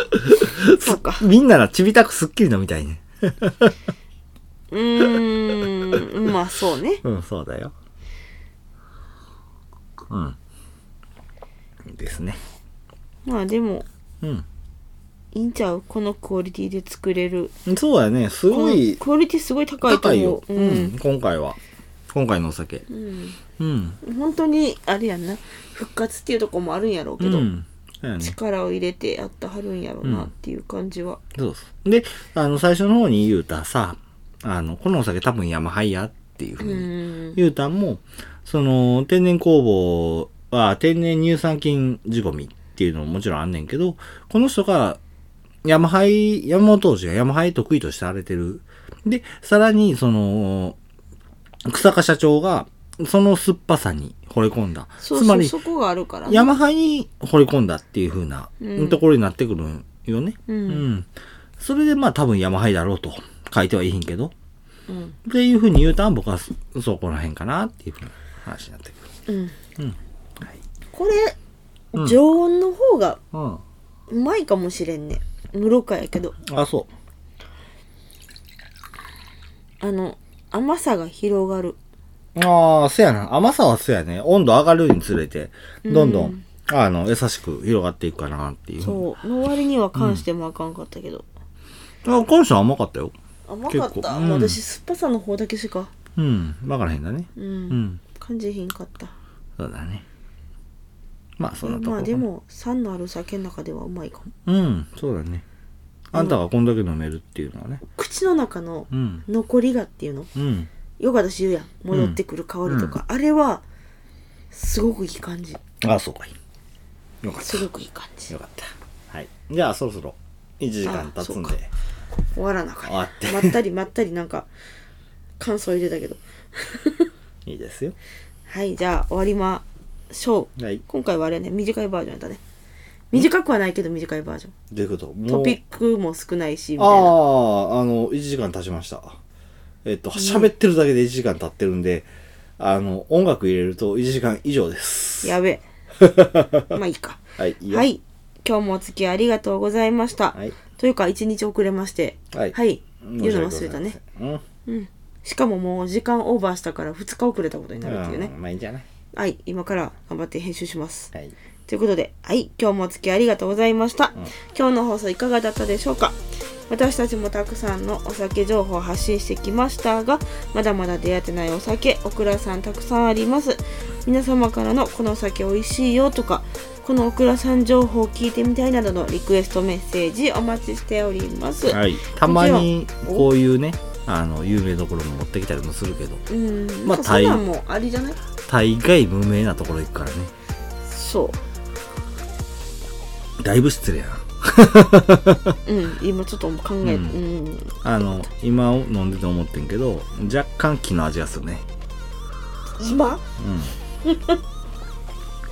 Speaker 2: そうか。
Speaker 1: みんならちびたくすっきり飲みたいね。
Speaker 2: うーん。まあ、そうね。
Speaker 1: うん、そうだよ。うん。ですね。
Speaker 2: まあ、でも、
Speaker 1: うん。
Speaker 2: いいんちゃうこのクオリティで作れる。
Speaker 1: そうだね。す
Speaker 2: この
Speaker 1: ごい
Speaker 2: クオリティすごい高いと
Speaker 1: 高い
Speaker 2: 思
Speaker 1: よ
Speaker 2: う。。
Speaker 1: う
Speaker 2: うん
Speaker 1: ん、。今回は。今回のお酒。
Speaker 2: うん
Speaker 1: うん。
Speaker 2: 本当に、あれやんな。復活っていうとこもあるんやろう
Speaker 1: う
Speaker 2: けど、
Speaker 1: ん。そうやね。
Speaker 2: 力を入れてやったはるんやろうなっていう感じは。
Speaker 1: そうそう。で、あの、最初の方に言うたさ、あの、このお酒多分ヤマハイやっていうふう
Speaker 2: う
Speaker 1: に
Speaker 2: ん。
Speaker 1: ゆうたんも、その、天然工房は、天然乳酸菌仕込みっていうのももちろんあんねんけど、この人が、ヤマハイ、山本当時がヤマハイ得意としてされてる。で、さらに、その、草加社長が、その酸っぱさに惚れ込んだ。
Speaker 2: そう
Speaker 1: つま
Speaker 2: そう、
Speaker 1: り、
Speaker 2: そこがあるからね。
Speaker 1: ヤマハイに惚れ込んだっていう風な
Speaker 2: うん
Speaker 1: ところになってくるんよね。
Speaker 2: う。
Speaker 1: うんそれで、まあ多分ヤマハイだろうと書いてはいいんけど。
Speaker 2: うん。
Speaker 1: っていうふうに言うと、僕はそそこら辺かなっていうふうな話になってく
Speaker 2: うん。
Speaker 1: る。はい。
Speaker 2: これ、
Speaker 1: うん
Speaker 2: 常温の方が
Speaker 1: う
Speaker 2: うまいかもしれんね無ろかやけど
Speaker 1: ん。あ、そ
Speaker 2: あの甘さが広がる
Speaker 1: う。ああ、そやな。甘さはそやね。温度上がるにつれて、どんどん、あの、優しく広がっていくかなっていう。う。
Speaker 2: そうの割には関してもあかんかったけど、
Speaker 1: あ、この人は甘かったよ。
Speaker 2: 甘かっ
Speaker 1: 結
Speaker 2: た、
Speaker 1: 構うん
Speaker 2: もう私酸っぱさの方だけしか
Speaker 1: うん。わからへんだね。
Speaker 2: うん、
Speaker 1: うん。
Speaker 2: 感じひんかった
Speaker 1: そうだね。まあ、そんなところ
Speaker 2: まあ
Speaker 1: かな。
Speaker 2: でも酸のある酒の中ではうまいかも
Speaker 1: うん、そうだね。あんたがこんだけ飲めるっていうのはね。
Speaker 2: 口の中の
Speaker 1: うん。
Speaker 2: 残りがっていうの
Speaker 1: うん。
Speaker 2: よく私言うやん戻ってくる香りとか、あれはすごくいい感じ
Speaker 1: あ、そうかい。よかっ
Speaker 2: すごくいい感じ
Speaker 1: た。よかった。はい。じゃあ、そろそろ、1時間経つん
Speaker 2: あそう
Speaker 1: で。
Speaker 2: 終わらなかっ
Speaker 1: 終わって
Speaker 2: たまったりまったりなんか感想入れたけど
Speaker 1: いいですよ。
Speaker 2: はいじゃあ終わりまショー。
Speaker 1: はい。
Speaker 2: 今回はあれね、短いバージョンやったね。短くはないけど短いバージョン。
Speaker 1: どういうことも
Speaker 2: ト
Speaker 1: う
Speaker 2: ピックも少ないし、みたいな。
Speaker 1: ああ、あの、1時間経ちました。えっと、喋ってるだけで1時間経ってるんで、あの、音楽入れると1時間以上です。
Speaker 2: やべえ。まあいいか。
Speaker 1: はい、いいよ
Speaker 2: はい。今日もお付き合いありがとうございました。
Speaker 1: はい。
Speaker 2: というか、一日遅れまして。
Speaker 1: はい
Speaker 2: 言うの忘れたね。
Speaker 1: うん。
Speaker 2: うん。しかももう時間オーバーしたから2日遅れたことになるっていうね
Speaker 1: う。んまあいいんじゃない
Speaker 2: はい。今から頑張って編集します。
Speaker 1: はい。
Speaker 2: ということで、はい、今日もお付き合いありがとうございました。今日の放送いかがだったでしょうか私たちもたくさんのお酒情報を発信してきましたが、まだまだ出会ってないお酒、オクラさんたくさんあります。皆様からのこのお酒美味しいよとか、このオクラさん情報を聞いてみたいなどのリクエストメッセージお待ちしております。
Speaker 1: はい。たまに、こういうね、あの、有名どころも持ってきたりもするけど、
Speaker 2: うん、
Speaker 1: ま
Speaker 2: ま
Speaker 1: あ
Speaker 2: あ、そんなんもありじゃない
Speaker 1: 大概無名なところ行くからね。
Speaker 2: そ
Speaker 1: だいぶ失礼やな。
Speaker 2: う。うん、今ちょっと考えて、
Speaker 1: う
Speaker 2: う、
Speaker 1: んあの、今飲んでて思ってんけど、若干気の味がするね。
Speaker 2: 今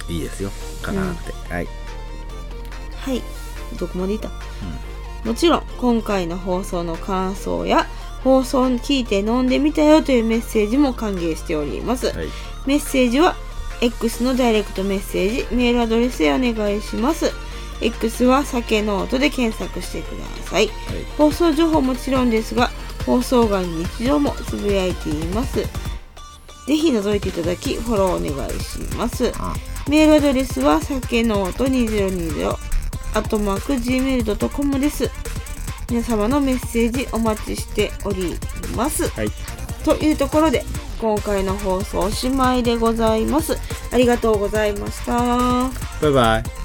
Speaker 1: いいですよ。かなって。はい。
Speaker 2: はいどこまでいた、もちろん今回の放送の感想や放送を聞いて飲んでみたよというメッセージも歓迎しております、
Speaker 1: はい。
Speaker 2: メッセージは X のダイレクトメッセージメールアドレスへお願いします X は酒ノートで検索してください
Speaker 1: はい
Speaker 2: 放送情報もちろんですが放送外の日常もつぶやいていますぜひ覗いていただきフォローお願いします
Speaker 1: あ
Speaker 2: メールアドレスは酒の音2020アットマーク gmail.com です皆様のメッセージお待ちしております
Speaker 1: はい。
Speaker 2: というところで今回の放送おしまいでございますありがとうございました
Speaker 1: バイバイ。